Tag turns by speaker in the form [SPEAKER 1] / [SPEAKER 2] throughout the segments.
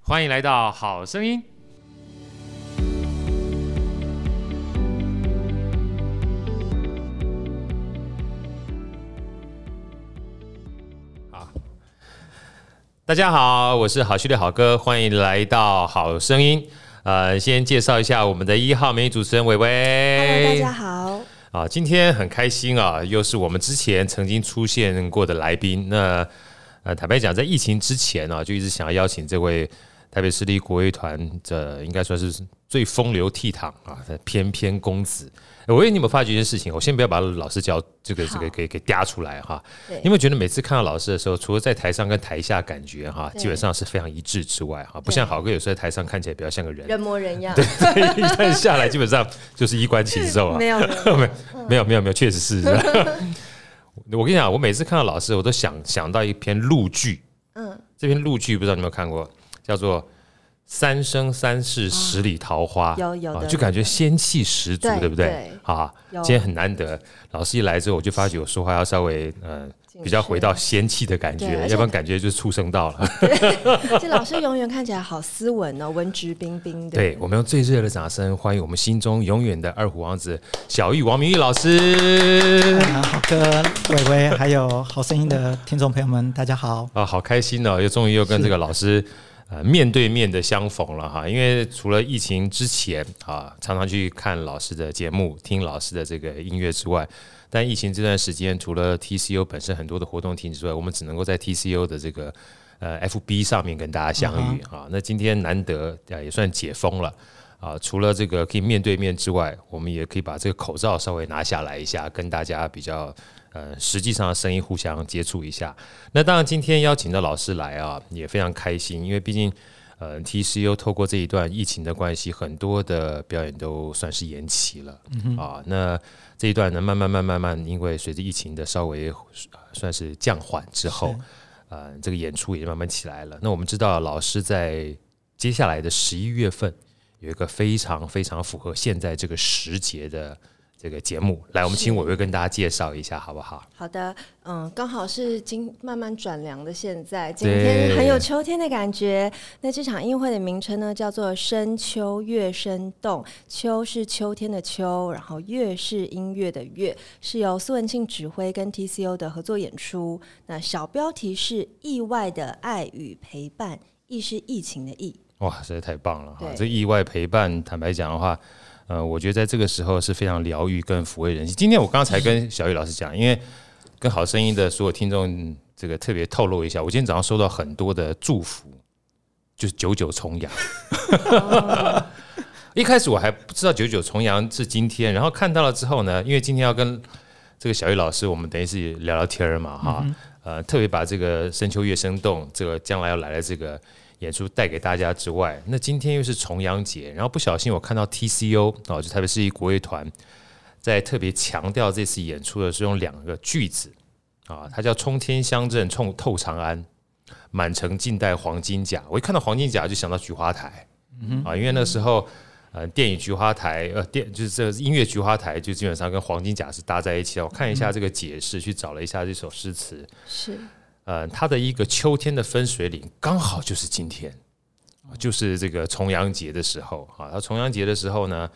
[SPEAKER 1] 欢迎来到《好声音》。好，大家好，我是好序列好哥，欢迎来到《好声音》。呃，先介绍一下我们的一号美女主持人伟伟。
[SPEAKER 2] Hello，大家好。
[SPEAKER 1] 啊，今天很开心啊，又是我们之前曾经出现过的来宾。那呃，坦白讲，在疫情之前啊，就一直想要邀请这位台北市立国乐团这应该算是最风流倜傥啊的翩翩公子。呃我也你有没有发觉一件事情？我先不要把老师叫这个这个
[SPEAKER 2] 好
[SPEAKER 1] 给给嗲出来哈。
[SPEAKER 2] 对
[SPEAKER 1] 你有没有觉得每次看到老师的时候，除了在台上跟台下感觉哈，
[SPEAKER 2] 对
[SPEAKER 1] 基本上是非常一致之外哈，不像好哥有时候在台上看起来比较像个人，
[SPEAKER 2] 人模人样，
[SPEAKER 1] 一旦下来基本上就是衣冠禽兽啊。
[SPEAKER 2] 没有没有，
[SPEAKER 1] 没有没有没有，确实是。 我跟你讲，我每次看到老师，我都想想到一篇陆剧，
[SPEAKER 2] 嗯，
[SPEAKER 1] 这篇陆剧不知道你有没有看过，叫做《三生三世十里桃花》，
[SPEAKER 2] 啊有有的
[SPEAKER 1] 啊就感觉仙气十足，
[SPEAKER 2] 对
[SPEAKER 1] 对不对
[SPEAKER 2] 对？
[SPEAKER 1] 啊，
[SPEAKER 2] 有
[SPEAKER 1] 今天很难得，老师一来之后，我就发觉我说话要稍微呃
[SPEAKER 2] 谨
[SPEAKER 1] 比较
[SPEAKER 2] 慎
[SPEAKER 1] 回到仙气的感觉
[SPEAKER 2] 对，而且
[SPEAKER 1] 要不然感觉就是畜生道了。
[SPEAKER 2] 这老师永远看起来好斯文哦，文质彬彬的。
[SPEAKER 1] 对，我们用最热烈的掌声欢迎我们心中永远的二虎王子小玉王明玉老师。
[SPEAKER 3] 啊，好哥、伟伟，还有好声音的听众朋友们，大家好。
[SPEAKER 1] 啊，好开心哦！又终于又跟这个老师呃面对面的相逢了哈。因为除了疫情之前啊，常常去看老师的节目、听老师的这个音乐之外，但疫情这段时间，除了 TCU 本身很多的活动停止之外，我们只能够在 TCU 的这个呃 FB 上面跟大家相遇啊。那今天难得啊，也算解封了。啊，除了这个可以面对面之外，我们也可以把这个口罩稍微拿下来一下，跟大家比较呃实际上的声音互相接触一下。那当然，今天邀请到老师来啊，也非常开心，因为毕竟，呃，TCU 透过这一段疫情的关系，很多的表演都算是延期了、啊。那这一段呢，慢慢、慢慢、慢慢，因为随着疫情的稍微、呃算是降缓之后，呃，这个演出也慢慢起来了。那我们知道，老师在接下来的十一月份有一个非常非常符合现在这个时节的这个节目，来，我们请伟伟跟大家介绍一下，好不好？
[SPEAKER 2] 好的，嗯，刚好是今慢慢转凉的现在，今天很有秋天的感觉。那这场音乐会的名称呢，叫做“深秋月生动”，秋是秋天的秋，然后月是音乐的月，是由苏文庆指挥跟 TCO 的合作演出。那小标题是“意外的爱与陪伴”，意是疫情的疫。
[SPEAKER 1] 哇，实在太棒了哈！
[SPEAKER 2] 对
[SPEAKER 1] 这意外陪伴，坦白讲的话，呃，我觉得在这个时候是非常疗愈跟抚慰人心。今天我刚才跟小雨老师讲，因为跟好声音的所有听众，这个特别透露一下，我今天早上收到很多的祝福，就是九九重阳。 一开始我还不知道九九重阳是今天，然后看到了之后呢，因为今天要跟这个小雨老师，我们等于是聊聊天儿嘛哈，呃，特别把这个深秋月生动这个将来要来的这个演出带给大家之外，那今天又是重阳节，然后不小心我看到 TCO 哦，就台北市立国乐团在特别强调这次演出的是用两个句子啊，它叫“冲天乡镇冲透长安，满城尽带黄金甲”。我一看到黄金甲就想到菊花台、啊，因为那时候。呃，电影《菊花台》呃，电就是这个音乐《菊花台》，就基本上跟黄金甲是搭在一起的。我看一下这个解释，去找了一下这首诗词，
[SPEAKER 2] 是
[SPEAKER 1] 呃，它的一个秋天的分水岭刚好就是今天，啊就是这个重阳节的时候啊。它重阳节的时候呢，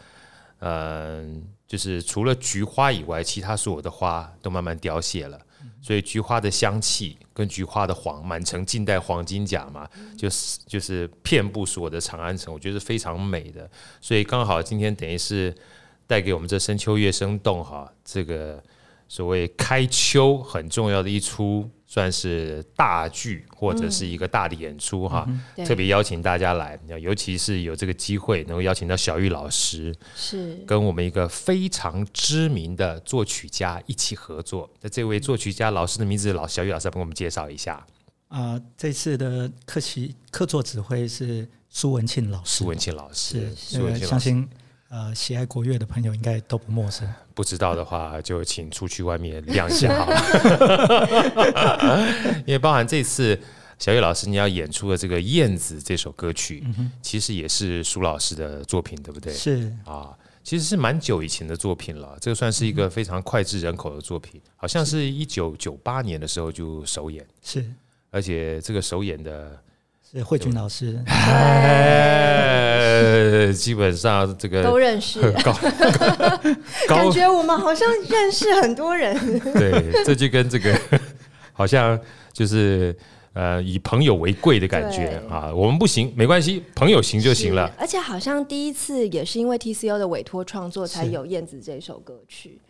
[SPEAKER 1] 呃，就是除了菊花以外，其他所有的花都慢慢凋谢了，所以菊花的香气跟菊花的黄，满城尽带黄金甲嘛，就是就是遍布所有的长安城，我觉得是非常美的。所以刚好今天等于是带给我们这深秋月生动哈，这个所谓开秋很重要的一出，算是大剧或者是一个大的演出哈，
[SPEAKER 2] 对
[SPEAKER 1] 特别邀请大家来，尤其是有这个机会能够邀请到小玉老师
[SPEAKER 2] 是，
[SPEAKER 1] 跟我们一个非常知名的作曲家一起合作。那这
[SPEAKER 3] 嗯
[SPEAKER 1] 位作曲家老师的名字，老小玉老师帮我们介绍一下，
[SPEAKER 3] 啊、这次的客席客座指挥是苏文庆老师
[SPEAKER 1] 苏，文庆老师苏
[SPEAKER 3] 是，那
[SPEAKER 1] 文
[SPEAKER 3] 个
[SPEAKER 1] 庆
[SPEAKER 3] 相
[SPEAKER 1] 老师。
[SPEAKER 3] 信呃喜爱国乐的朋友应该都不陌生。
[SPEAKER 1] 不知道的话，就请出去外面亮一下好了。 因为包含这次小雨老师你要演出的这个《燕子》这首歌曲，其实也是苏老师的作品，对不对？
[SPEAKER 3] 嗯是
[SPEAKER 1] 啊，其实是蛮久以前的作品了，这个算是
[SPEAKER 3] 嗯
[SPEAKER 1] 一个非常脍炙人口的作品，好像是一九九八年的时候就首演，
[SPEAKER 3] 是
[SPEAKER 1] 而且这个首演的
[SPEAKER 3] 是慧君老师，
[SPEAKER 1] 哎，基本上这个
[SPEAKER 2] 都认识，
[SPEAKER 1] 高
[SPEAKER 2] 感
[SPEAKER 1] 呃高
[SPEAKER 2] 觉我们好像认识很多人。
[SPEAKER 1] 对，这就跟这个 好像就是呃以朋友为贵的感觉
[SPEAKER 2] 对
[SPEAKER 1] 啊。我们不行没关系，朋友行就行了
[SPEAKER 2] 是。而且好像第一次也是因为 TCO 的委托创作才
[SPEAKER 3] 是
[SPEAKER 2] 有《燕子》这首歌曲，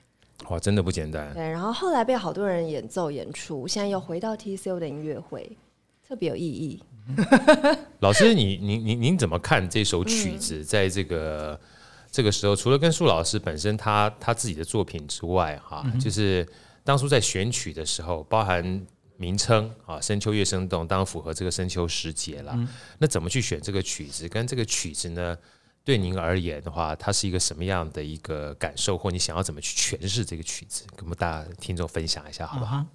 [SPEAKER 1] 哇，真的不简单。
[SPEAKER 2] 对，然后后来被好多人演奏演出，现在又回到 TCO 的音乐会，特别有意义。
[SPEAKER 1] 老师，你你你您怎么看这首曲子在这个、这个时候？除了跟苏老师本身他他自己的作品之外，哈、就是当初在选曲的时候，包含名称啊，深秋月生动，当然符合这个深秋时节啦。那怎么去选这个曲子？跟这个曲子呢，对您而言的话，它是一个什么样的一个感受，或你想要怎么去诠释这个曲子？跟我们大家听众分享一下，好不好？
[SPEAKER 3] 啊哈，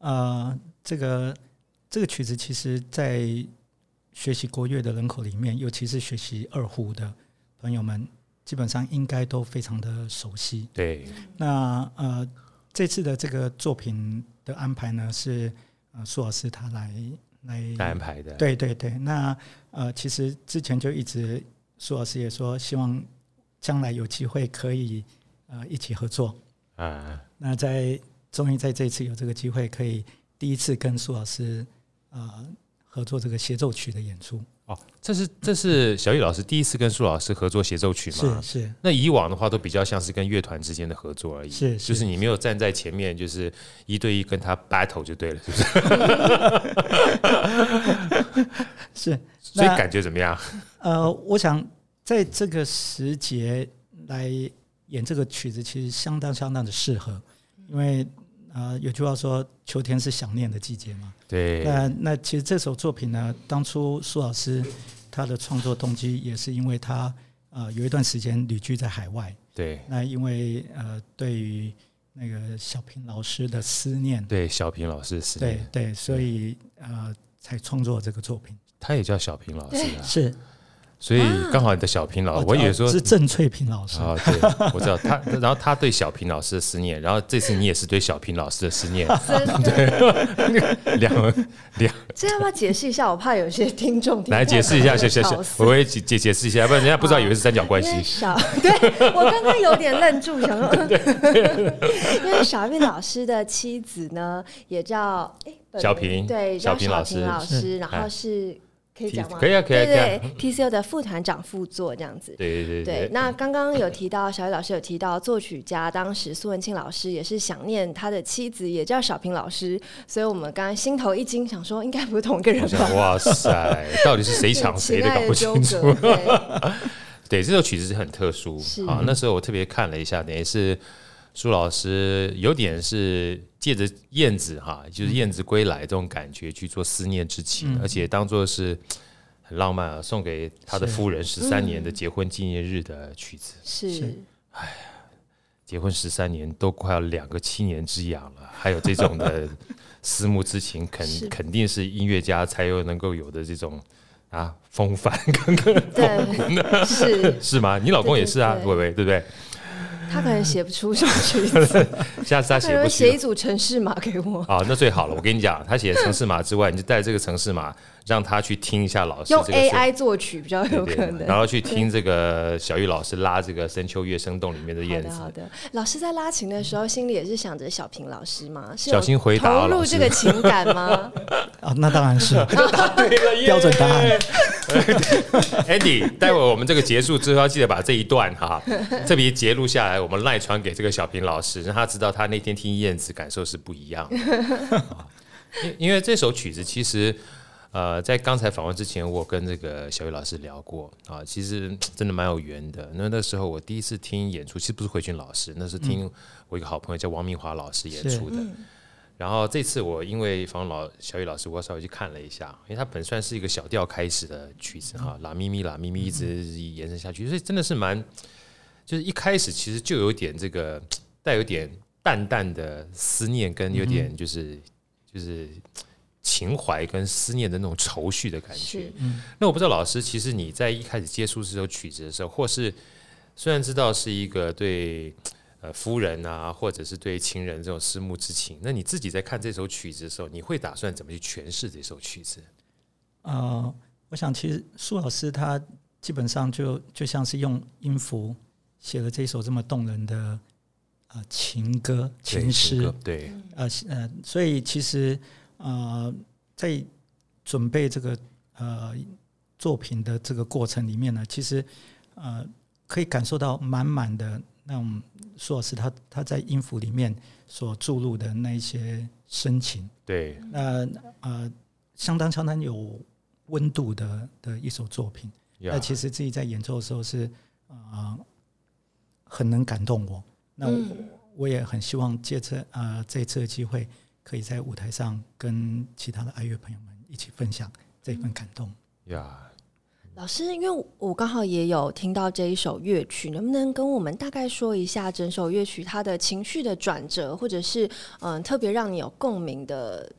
[SPEAKER 3] 呃，这个这个曲子其实，在学习国乐的人口里面，尤其是学习二胡的朋友们，基本上应该都非常的熟悉。
[SPEAKER 1] 对，
[SPEAKER 3] 那呃，这次的这个作品的安排呢，是呃苏老师他来来
[SPEAKER 1] 来安排的，
[SPEAKER 3] 对对对，那呃，其实之前就一直苏老师也说，希望将来有机会可以呃一起合作。
[SPEAKER 1] 啊，
[SPEAKER 3] 那在终于在这次有这个机会，可以第一次跟苏老师呃合作这个协奏曲的演出，
[SPEAKER 1] 哦，这是这是小雨老师第一次跟苏老师合作协奏曲
[SPEAKER 3] 是
[SPEAKER 1] 吗？
[SPEAKER 3] 是
[SPEAKER 1] 那以往的话都比较像是跟乐团之间的合作而已，
[SPEAKER 3] 是
[SPEAKER 1] 就是是你没有站在前面，就是一对一跟他 battle 就对了，是不是？
[SPEAKER 3] 是，
[SPEAKER 1] 所
[SPEAKER 3] 那
[SPEAKER 1] 以感觉怎么样？
[SPEAKER 3] 呃，我想在这个时节来演这个曲子，其实相当相当的适合，因为呃有句话说，秋天是想念的季节嘛。
[SPEAKER 1] 对，
[SPEAKER 3] 那那其实这首作品呢，当初苏老师他的创作动机也是因为他呃有一段时间旅居在海外，
[SPEAKER 1] 对，
[SPEAKER 3] 那因为呃对于那个小平老师的思念，
[SPEAKER 1] 对，小平老师是，
[SPEAKER 3] 对对，所以呃才创作这个作品。
[SPEAKER 1] 他也叫小平老师啊，
[SPEAKER 3] 是，
[SPEAKER 1] 所以刚好你的小平老，啊
[SPEAKER 3] 啊
[SPEAKER 1] 我以为说
[SPEAKER 3] 哦是郑翠平老师，
[SPEAKER 1] 啊，对，我知道他，然后他对小平老师的思念，然后这次你也是对小平老师的思念，
[SPEAKER 2] 真的，
[SPEAKER 1] 两
[SPEAKER 2] 这要不要解释一下？我怕有些听众听
[SPEAKER 1] 来
[SPEAKER 2] 不
[SPEAKER 1] 解释一下，
[SPEAKER 2] 懂
[SPEAKER 1] 小小
[SPEAKER 2] 这个
[SPEAKER 1] 小
[SPEAKER 2] 巧，思
[SPEAKER 1] 我会解解解释一下，不然人家不知道以为是三角关
[SPEAKER 2] 因为
[SPEAKER 1] 系。
[SPEAKER 2] 小，对我刚刚有 点愣住，想说，嗯 因为小平老师的妻子呢，也叫哎本名
[SPEAKER 1] 小平
[SPEAKER 2] 对，
[SPEAKER 1] 小
[SPEAKER 2] 叫
[SPEAKER 1] 平
[SPEAKER 2] 平
[SPEAKER 1] 老
[SPEAKER 2] 老
[SPEAKER 1] 师
[SPEAKER 2] 师，然后
[SPEAKER 1] 哎
[SPEAKER 2] 是可以讲吗？
[SPEAKER 1] 可以啊可以啊可以啊
[SPEAKER 2] 对对，TCO 的副团长副座这样子。
[SPEAKER 1] 对对
[SPEAKER 2] 对
[SPEAKER 1] 对，，
[SPEAKER 2] 那刚刚有提到小雨老师有提到作曲家，当时苏文庆老师也是想念他的妻子，也叫小平老师，所以我们刚刚心头一惊，想说应该不是同一个人
[SPEAKER 1] 我
[SPEAKER 2] 吧
[SPEAKER 1] 想，？哇塞， 到底是谁抢谁的搞不清
[SPEAKER 2] 情爱
[SPEAKER 1] 楚
[SPEAKER 2] 的纠。葛对
[SPEAKER 1] 对，这首曲子是很特殊
[SPEAKER 2] 是
[SPEAKER 1] 啊。那时候我特别看了一下，等于是苏老师有点是借着燕子哈，就是燕子归来这种感觉去做思念之
[SPEAKER 2] 嗯
[SPEAKER 1] 情，而且当做是很浪漫啊，送给他的
[SPEAKER 3] 是
[SPEAKER 1] 夫人十三年的
[SPEAKER 2] 嗯
[SPEAKER 1] 结婚纪念日的曲子。
[SPEAKER 2] 是
[SPEAKER 3] 是。
[SPEAKER 1] 结婚十三年，都快要两个七年之痒了，还有这种 的思慕之情，肯
[SPEAKER 2] 是
[SPEAKER 1] 肯定是音乐家才有能够有的这种啊风范，
[SPEAKER 2] 对，是
[SPEAKER 1] 是吗？你老公
[SPEAKER 2] 对
[SPEAKER 1] 也是啊，
[SPEAKER 2] 对
[SPEAKER 1] 伟伟对不对？
[SPEAKER 2] 他可能写不出什么曲子，
[SPEAKER 1] 下次他
[SPEAKER 2] 他
[SPEAKER 1] 写
[SPEAKER 2] 能
[SPEAKER 1] 不
[SPEAKER 2] 写
[SPEAKER 1] 出
[SPEAKER 2] 一组城市码给我，
[SPEAKER 1] 啊，那最好了。我跟你讲，他写城市码之外，你就带这个城市码，让他去听一下老师
[SPEAKER 2] 用
[SPEAKER 1] 这个声。
[SPEAKER 2] AI 作曲比较有
[SPEAKER 1] 对
[SPEAKER 2] 可
[SPEAKER 1] 对然
[SPEAKER 2] 能。
[SPEAKER 1] 后去听这个小玉老师拉这个《深秋月生动》里面的
[SPEAKER 2] 好
[SPEAKER 1] 燕
[SPEAKER 2] 的，
[SPEAKER 1] 子，
[SPEAKER 2] 好的。老师在拉琴的时候，心里也是想着小平老师吗？是有
[SPEAKER 1] 小心回答啊
[SPEAKER 2] 投
[SPEAKER 1] 老
[SPEAKER 2] 入
[SPEAKER 1] 师
[SPEAKER 2] 这个情感 吗？
[SPEAKER 3] 啊，那当然是
[SPEAKER 1] 对了耶
[SPEAKER 3] 标准答案。
[SPEAKER 1] Andy，待会我们这个结束之后，要记得把这一段哈，这边截录下来，我们赖传给这个小平老师，让他知道他那天听燕子感受是不一样的。啊因因为这首曲子其实，呃，在刚才访问之前，我跟这个小雨老师聊过啊，其实嗯真的蛮有缘的。那那时候我第一次听演出，其实不是回军老师，那是听我一个好朋友叫王明华老师演
[SPEAKER 3] 是
[SPEAKER 1] 出的。然后这次我因为访老小雨老师，我稍微去看了一下，因为它本算是一个小调开始的曲子哈，拉咪咪拉咪咪一直延伸下去，所以真的是蛮，就是一开始其实就有点这个带有点淡淡的思念，跟有点就是、就是情怀跟思念的那种愁绪的感觉
[SPEAKER 2] 是。
[SPEAKER 1] 那我不知道老师，其实你在一开始接触这首曲子的时候，或是虽然知道是一个对呃夫人啊，或者是对情人这种思慕之情，那你自己在看这首曲子的时候，你会打算怎么去诠释这首曲子？
[SPEAKER 3] 呃，我想其实苏老师他基本上就就像是用音符写了这首这么动人的呃情歌
[SPEAKER 1] 对
[SPEAKER 3] 情诗，
[SPEAKER 1] 歌对
[SPEAKER 3] 呃呃，所以其实呃在准备这个呃作品的这个过程里面呢，其实呃可以感受到满满的那种苏老师他他在音符里面所注入的那一些深情。
[SPEAKER 1] 对
[SPEAKER 3] 那呃，相当相当有温度的的一首作品。那
[SPEAKER 1] 呀，
[SPEAKER 3] 其实自己在演奏的时候是啊、呃很能感动我。那我,、
[SPEAKER 2] 嗯
[SPEAKER 3] 也很希望借这呃这次的机会，可以在舞台上跟其他的爱乐朋友们一起分享这份感动。
[SPEAKER 1] 呀，
[SPEAKER 2] 老师，因为我刚好也有听到这一首乐曲，能不能跟我们大概说一下整首乐曲它的情绪的转折，或者是嗯、呃特别让你有共鸣的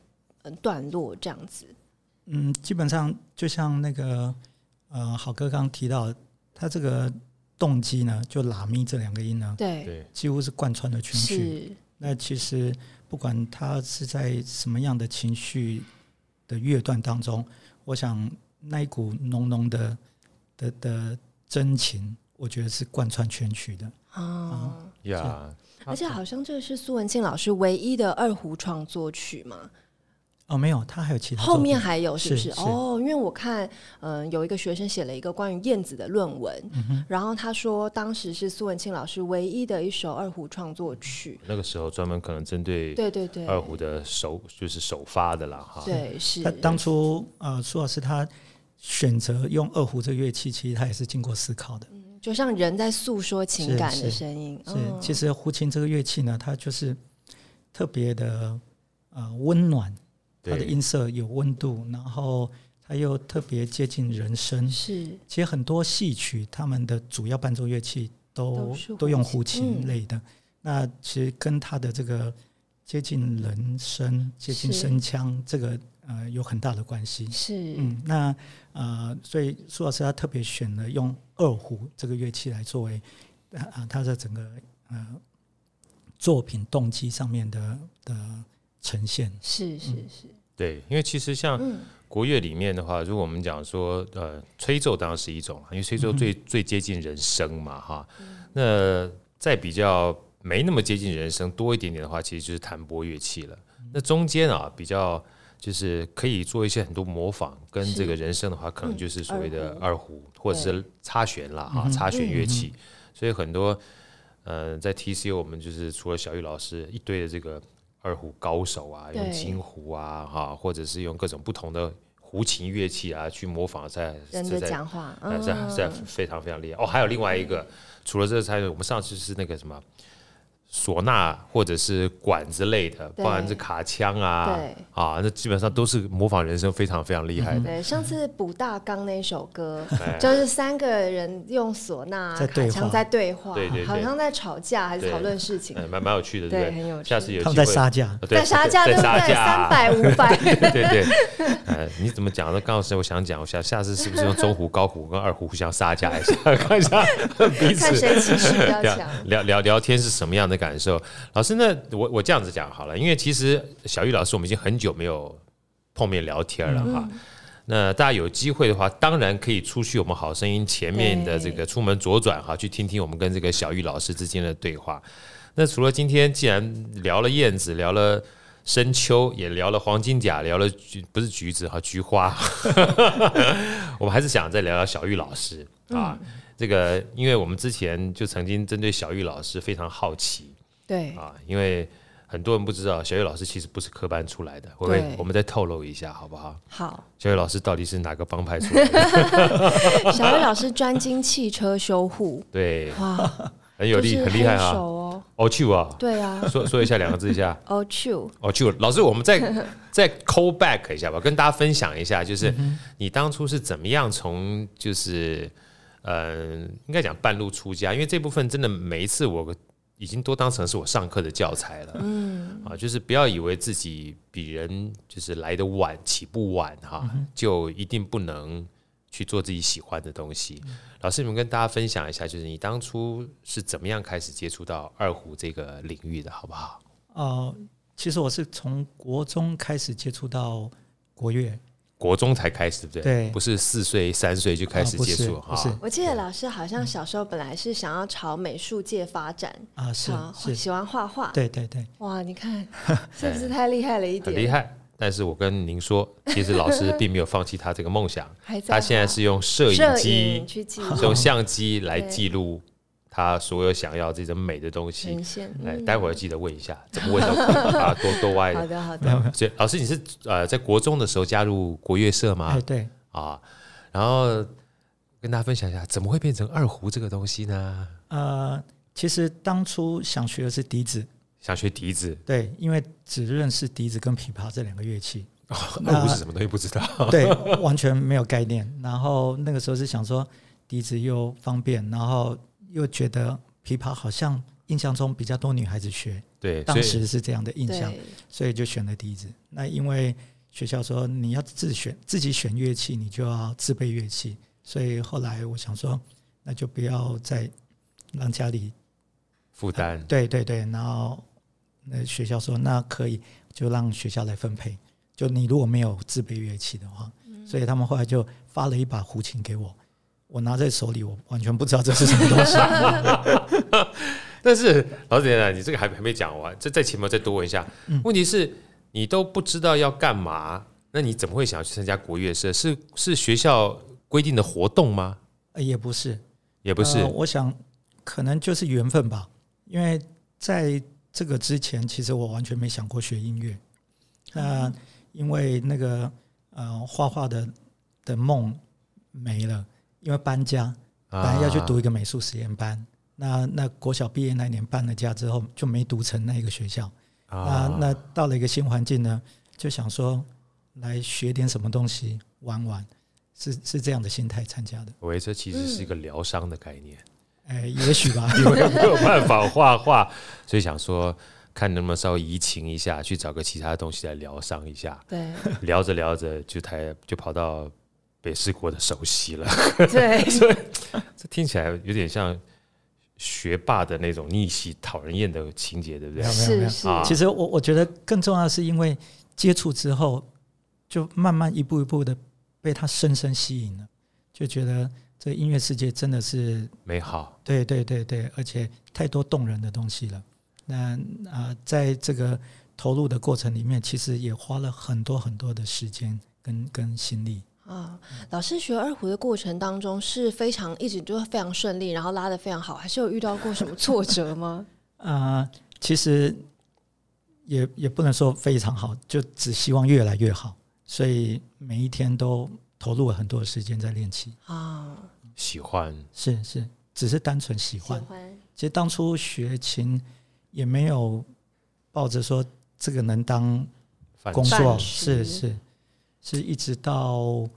[SPEAKER 2] 呃段落这样子？
[SPEAKER 3] 嗯，基本上就像那个呃好哥刚刚提到，他这个动机呢，就拉咪这两个音呢，
[SPEAKER 2] 对，
[SPEAKER 1] 对
[SPEAKER 3] 几乎是贯穿了全曲。
[SPEAKER 2] 是，
[SPEAKER 3] 那其实不管他是在什么样的情绪的乐段当中，我想那一股浓浓的的的真情，我觉得是贯穿全曲的。
[SPEAKER 1] 啊
[SPEAKER 2] 哦。
[SPEAKER 1] 呀，
[SPEAKER 2] 而且好像这是苏文庆老师唯一的二胡创作曲嘛，
[SPEAKER 3] 哦，没有，他还有其他
[SPEAKER 2] 后
[SPEAKER 3] 作品
[SPEAKER 2] 面还有是不是？
[SPEAKER 3] 是是
[SPEAKER 2] 哦，因为我看，嗯、有一个学生写了一个关于燕子的论文，
[SPEAKER 3] 嗯
[SPEAKER 2] 然后他说当时是苏文庆老师唯一的一首二胡创作曲。
[SPEAKER 1] 那个时候专门可能针对
[SPEAKER 2] 对对对，
[SPEAKER 1] 二胡的首就是首发的啦哈，
[SPEAKER 2] 对是
[SPEAKER 3] 他当初呃，苏老师他选择用二胡这个乐器，其实他也是经过思考的。
[SPEAKER 2] 就像人在诉说情
[SPEAKER 3] 是
[SPEAKER 2] 感的
[SPEAKER 3] 是
[SPEAKER 2] 声音，
[SPEAKER 3] 是，
[SPEAKER 2] 嗯
[SPEAKER 3] 其实胡琴这个乐器呢，它就是特别的呃温暖，它的
[SPEAKER 1] 对
[SPEAKER 3] 音色有温度，然后它又特别接近人声。
[SPEAKER 2] 是
[SPEAKER 3] 其实很多戏曲他们的主要伴奏乐器
[SPEAKER 2] 都
[SPEAKER 3] 都
[SPEAKER 2] 是胡
[SPEAKER 3] 都用
[SPEAKER 2] 琴
[SPEAKER 3] 胡琴
[SPEAKER 2] 嗯
[SPEAKER 3] 类的，那其实跟它的这个接近人声、接近
[SPEAKER 2] 是
[SPEAKER 3] 声腔这个呃有很大的关系。
[SPEAKER 2] 是，
[SPEAKER 3] 嗯，那呃，所以苏老师他特别选了用二胡这个乐器来作为啊、呃、他的整个呃作品动机上面的的呈现。
[SPEAKER 2] 是是
[SPEAKER 3] 嗯
[SPEAKER 2] 是，
[SPEAKER 1] 对，因为其实像
[SPEAKER 2] 嗯
[SPEAKER 1] 国乐里面的话，如果我们讲说，呃，吹奏当然是一种啦，因为吹奏
[SPEAKER 3] 嗯
[SPEAKER 1] 最、最接近人声嘛，哈。
[SPEAKER 2] 嗯
[SPEAKER 1] 那再比较没那么接近人声多一点点的话，其实就是弹拨乐器了。
[SPEAKER 2] 嗯
[SPEAKER 1] 那中间啊，比较就是可以做一些很多模仿，跟
[SPEAKER 2] 是
[SPEAKER 1] 这个人声的话，可能
[SPEAKER 2] 嗯
[SPEAKER 1] 就是所谓的
[SPEAKER 2] 二胡
[SPEAKER 1] 二胡
[SPEAKER 2] 嗯
[SPEAKER 1] 或者是插弦啦，
[SPEAKER 3] 嗯
[SPEAKER 1] 哈，插弦乐器。所以很多，呃，在 TCO 我们就是除了小玉老师一堆的这个二胡高手啊，
[SPEAKER 2] 对
[SPEAKER 1] 用金胡啊，哈，或者是用各种不同的胡琴乐器啊去模仿，在
[SPEAKER 2] 人
[SPEAKER 1] 这
[SPEAKER 2] 的
[SPEAKER 1] 在
[SPEAKER 2] 讲话，
[SPEAKER 3] 哎
[SPEAKER 1] 呃在
[SPEAKER 3] 啊
[SPEAKER 2] 嗯
[SPEAKER 1] 在非常非常厉害。哦，还有另外一个，除了这才有我们上次是那个什么唢呐或者是管之类的，
[SPEAKER 2] 对
[SPEAKER 1] 包含是卡腔啊
[SPEAKER 2] 对
[SPEAKER 1] 啊，那基本上都是模仿人声非常非常厉害的。
[SPEAKER 2] 对，上次补大纲那首歌，就是三个人用唢呐、
[SPEAKER 3] 哎在
[SPEAKER 2] 卡
[SPEAKER 3] 对
[SPEAKER 2] 枪
[SPEAKER 3] 话
[SPEAKER 2] 在对话
[SPEAKER 1] 对对对，
[SPEAKER 2] 好像在吵架还是讨论事情，
[SPEAKER 1] 嗯，蛮蛮有趣的，对
[SPEAKER 2] 对，
[SPEAKER 1] 不
[SPEAKER 2] 很有
[SPEAKER 1] 对？
[SPEAKER 2] 趣。
[SPEAKER 1] 下次有
[SPEAKER 3] 他们
[SPEAKER 1] 机
[SPEAKER 3] 在
[SPEAKER 1] 会
[SPEAKER 3] 杀价，
[SPEAKER 1] 呃对
[SPEAKER 2] 在杀价，
[SPEAKER 1] 在
[SPEAKER 2] 对不
[SPEAKER 1] 杀
[SPEAKER 2] 对？
[SPEAKER 1] 价啊
[SPEAKER 2] 三百、五 百，
[SPEAKER 1] 对对对，呃，你怎么讲呢？刚老师，我想讲，我想下次是不是用中胡、高胡跟二胡互相杀价一下， 看一下彼
[SPEAKER 2] 看
[SPEAKER 1] 此
[SPEAKER 2] 谁气势比较
[SPEAKER 1] 聊
[SPEAKER 2] 强。
[SPEAKER 1] 聊聊聊天是什么样的感受？老师，那我我这样子讲好了，因为其实小玉老师我们已经很久没有碰面聊天了哈。那大家有机会的话，当然可以出去我们好声音前面的这个出门左转哈，去听听我们跟这个小玉老师之间的对话。那除了今天，既然聊了燕子，聊了深秋，也聊了黄金甲，聊了橘不是橘子哈，菊花， 我们还是想再聊聊小玉老师啊。这个，因为我们之前就曾经针对小玉老师非常好奇
[SPEAKER 2] 对，
[SPEAKER 1] 啊，因为很多人不知道小玉老师其实不是科班出来的，我们
[SPEAKER 2] 对
[SPEAKER 1] 我们再透露一下好不好？
[SPEAKER 2] 好，
[SPEAKER 1] 小玉老师到底是哪个帮派出来的？
[SPEAKER 2] 小薇老师专精汽车修护，
[SPEAKER 1] 对，
[SPEAKER 2] 哇，
[SPEAKER 1] 很 有
[SPEAKER 2] 就
[SPEAKER 1] 力，
[SPEAKER 2] 是
[SPEAKER 1] 很厉害
[SPEAKER 2] 黑手
[SPEAKER 1] 啊！
[SPEAKER 2] 哦，
[SPEAKER 1] 哦，去啊，
[SPEAKER 2] 对啊，
[SPEAKER 1] 说说一下两个字一下。
[SPEAKER 2] 哦 t r u
[SPEAKER 1] 哦，就老师，我们再再 call back 一下吧，跟大家分享一下，就是你当初是怎么样从就是嗯、呃，应该讲半路出家，因为这部分真的每一次我已经都当成是我上课的教材了，嗯，啊，就是不要以为自己比人就是来的晚，起步晚哈、就一定不能去做自己喜欢的东西。老师，你们跟大家分享一下，就是你当初是怎么样开始接触到二胡这个领域的，好不好？
[SPEAKER 3] 哦呃，其实我是从国中开始接触到国乐，
[SPEAKER 1] 国中才开始，对不对？
[SPEAKER 3] 对
[SPEAKER 1] 不是四岁、三岁就开始
[SPEAKER 3] 啊不
[SPEAKER 1] 接
[SPEAKER 3] 是
[SPEAKER 1] 触
[SPEAKER 3] 不是
[SPEAKER 2] 我记得老师好像小时候本来是想要朝美术界发展，
[SPEAKER 3] 啊，是
[SPEAKER 2] 朝
[SPEAKER 3] 是，
[SPEAKER 2] 喜欢画画。
[SPEAKER 3] 对对对，
[SPEAKER 2] 哇，你 看是不是太厉害了一
[SPEAKER 1] 很
[SPEAKER 2] 点？
[SPEAKER 1] 厉害。但是我跟您说，其实老师并没有放弃他这个梦 想，
[SPEAKER 2] 还在
[SPEAKER 1] 他现在是用摄影
[SPEAKER 2] 摄
[SPEAKER 1] 机
[SPEAKER 2] 影、去记
[SPEAKER 1] 是
[SPEAKER 2] 录
[SPEAKER 1] 用相机来
[SPEAKER 2] 对
[SPEAKER 1] 记录他所有想要这种美的东西
[SPEAKER 2] 呈。现。
[SPEAKER 1] 哎，
[SPEAKER 2] 嗯
[SPEAKER 1] 待会儿记得问一下，怎么问都 可以啊，多多挖一
[SPEAKER 2] 好
[SPEAKER 1] 点。
[SPEAKER 2] 的，好的。
[SPEAKER 3] 哎
[SPEAKER 1] 所以老师，你是呃在国中的时候加入国乐社吗？
[SPEAKER 3] 哎对，
[SPEAKER 1] 啊，然后跟大家分享一下，怎么会变成二胡这个东西呢？
[SPEAKER 3] 呃，其实当初想学的是笛子，
[SPEAKER 1] 想学笛子，
[SPEAKER 3] 对，因为只认识笛子跟琵琶这两个 乐器，
[SPEAKER 1] 哦二胡是什么东西不知道。
[SPEAKER 3] 对，完全没有概念。然后那个时候是想说，笛子又方便，然后又觉得琵琶好像印象中比较多女孩子学，
[SPEAKER 1] 对，所
[SPEAKER 3] 当
[SPEAKER 1] 以
[SPEAKER 3] 时是这样的印象，
[SPEAKER 2] 对
[SPEAKER 3] 所以就选了笛子。那因为学校说你要自选，自己选乐器，你就要自备乐器，所以后来我想说，那就不要再让家里呃
[SPEAKER 1] 负担
[SPEAKER 3] 对对对，然后那学校说那可以，就让学校来分配。就你如果没有自备乐器的话，所以他们后来就发了一把胡琴给我，我拿在手里，我完全不知道这是什么东西。
[SPEAKER 1] 但是老姐啊，你这个还还没讲完，这在前面再多问一下。
[SPEAKER 3] 嗯
[SPEAKER 1] 问题是，你都不知道要干嘛，那你怎么会想要去参加国乐社？是是学校规定的活动吗？
[SPEAKER 3] 呃也不是，
[SPEAKER 1] 也不是，
[SPEAKER 3] 呃我想可能就是缘分吧，因为在这个之前，其实我完全没想过学音乐。那因为那个呃画画的的梦没了，因为搬家，
[SPEAKER 1] 啊
[SPEAKER 3] 本来要去读一个美术实验班，那那国小毕业那年搬了家之后就没读成那一个学校，
[SPEAKER 1] 啊
[SPEAKER 3] 那那到了一个新环境呢，就想说来学点什么东西玩玩，是是这样的心态参加的，
[SPEAKER 1] 我以为这其实是
[SPEAKER 3] 嗯
[SPEAKER 1] 一个疗伤的概念，
[SPEAKER 3] 哎、也许吧，
[SPEAKER 1] 因为没有办法画画，所以想说看能不能稍微移情一下，去找个其他东西来疗伤一下。
[SPEAKER 2] 对
[SPEAKER 1] 聊着聊着就台就跑到北四国的首席了。
[SPEAKER 2] 对，
[SPEAKER 1] 这听起来有点像学霸的那种逆袭讨人厌的情节，对不对
[SPEAKER 3] 没？有没有没
[SPEAKER 2] 是
[SPEAKER 3] 有
[SPEAKER 2] 是，
[SPEAKER 1] 啊
[SPEAKER 3] 其实我我觉得更重要的是因为接触之后，就慢慢一步一步的被它深深吸引了，就觉得这音乐世界真的是
[SPEAKER 1] 美好，
[SPEAKER 3] 对对对对，而且太多动人的东西了。那啊、呃在这个投入的过程里面，其实也花了很多很多的时间跟跟心力。
[SPEAKER 2] 啊，老师学二胡的过程当中是非常一直就非常顺利，然后拉的非常好，还是有遇到过什么挫折 吗？
[SPEAKER 3] 啊、其实也也不能说非常好，就只希望越来越好。所以每一天都投入了很多的时间在练习，
[SPEAKER 2] 啊，
[SPEAKER 1] 喜欢
[SPEAKER 3] 是是，只是单纯
[SPEAKER 2] 喜
[SPEAKER 3] 喜欢。
[SPEAKER 2] 欢，
[SPEAKER 3] 其实当初学琴也没有抱着说这个能当
[SPEAKER 1] 饭
[SPEAKER 3] 工
[SPEAKER 1] 吃
[SPEAKER 3] 作
[SPEAKER 2] 饭
[SPEAKER 3] 是
[SPEAKER 2] 食
[SPEAKER 3] 是是一直到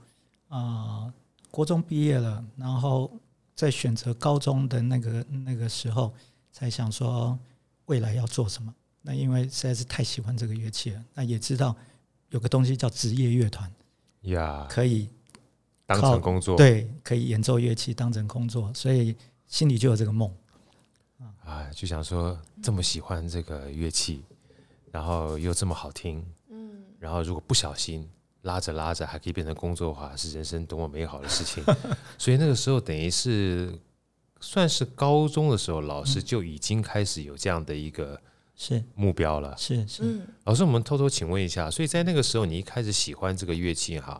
[SPEAKER 3] 啊国中毕业了，然后在选择高中的那个那个时候，才想说未来要做什么。那因为实在是太喜欢这个乐器了，那也知道有个东西叫职业乐团，
[SPEAKER 1] 呀，
[SPEAKER 3] 可以
[SPEAKER 1] 当成工作，
[SPEAKER 3] 对可以演奏乐器当成工作，所以心里就有这个梦。
[SPEAKER 1] 啊，就想说这么喜欢这个乐器，然后又这么好听，嗯，然后如果不小心。拉着拉着还可以变成工作的话，是人生多么美好的事情！ 所以那个时候等于是算是高中的时候，老
[SPEAKER 3] 嗯
[SPEAKER 1] 师就已经开始有这样的一个
[SPEAKER 3] 是
[SPEAKER 1] 目标了。
[SPEAKER 3] 是是，
[SPEAKER 2] 嗯，
[SPEAKER 1] 老师，我们偷偷请问一下，所以在那个时候，你一开始喜欢这个乐器哈，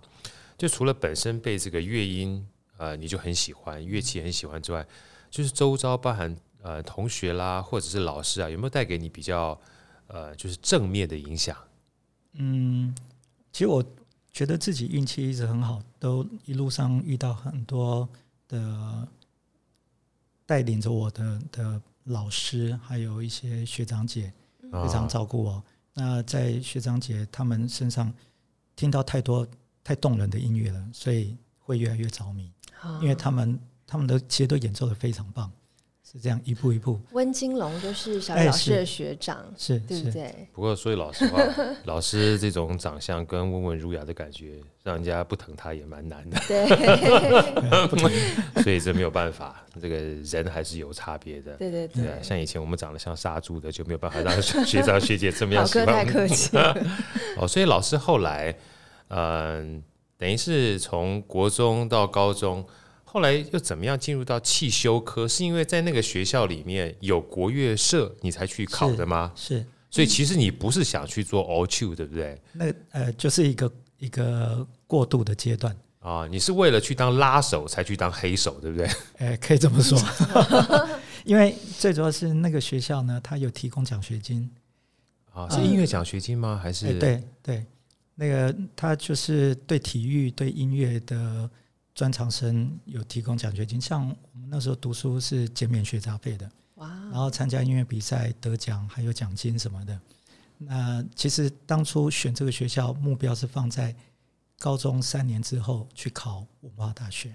[SPEAKER 1] 就除了本身被这个乐音呃你就很喜欢，乐器很喜欢之外，就是周遭包含呃同学啦，或者是老师啊，有没有带给你比较呃就是正面的影响？
[SPEAKER 3] 嗯，其实我觉得自己运气一直很好，都一路上遇到很多的带领着我的的老师，还有一些学长姐
[SPEAKER 1] 啊
[SPEAKER 2] 嗯
[SPEAKER 3] 嗯非常照顾我。那在学长姐他们身上听到太多太动人的音乐了，所以会越来越着迷，
[SPEAKER 2] 好
[SPEAKER 3] 因为他们他们的其实都演奏的非常棒，是这样一步一步，
[SPEAKER 2] 温金龙就是小
[SPEAKER 3] 哎
[SPEAKER 2] 雨老师
[SPEAKER 3] 是
[SPEAKER 2] 的学长，
[SPEAKER 3] 是
[SPEAKER 2] 对不
[SPEAKER 3] 是，
[SPEAKER 2] 对？
[SPEAKER 1] 不过说句老实 话，老师这种长相跟温文儒雅的感觉，让人家不疼他也蛮难的。
[SPEAKER 2] 对
[SPEAKER 1] 所以这没有办法，这个人还是有差别的。
[SPEAKER 2] 对对
[SPEAKER 1] 对啊，像以前我们长得像杀猪的，就没有办法让 学长学姐这么样
[SPEAKER 2] 老
[SPEAKER 1] 喜
[SPEAKER 2] 哥
[SPEAKER 1] 欢我
[SPEAKER 2] 太
[SPEAKER 1] 们。
[SPEAKER 2] 客气，
[SPEAKER 1] 哦，所以老师后来，嗯、等于是从国中到高中，后来又怎么样进入到汽修科？是因为在那个学校里面有国乐社，你才去考的吗？
[SPEAKER 3] 是
[SPEAKER 1] 所以其实你不是想去做 all two，对不对？
[SPEAKER 3] 那呃，就是一个一个过渡的阶段，
[SPEAKER 1] 啊，你是为了去当拉手才去当黑手，对不对？
[SPEAKER 3] 呃，可以这么说， 因为最主要是那个学校呢，它有提供奖学金，
[SPEAKER 1] 啊，是音乐奖学金吗？还是、
[SPEAKER 3] 哎，对对，那个他就是对体育、对音乐的专长生有提供奖学金，像我们那时候读书是减免学杂费的，然
[SPEAKER 2] 哇，
[SPEAKER 3] 后参加音乐比赛得奖还有奖金什么的。那其实当初选这个学校目标是放在高中三年之后去考文化大学，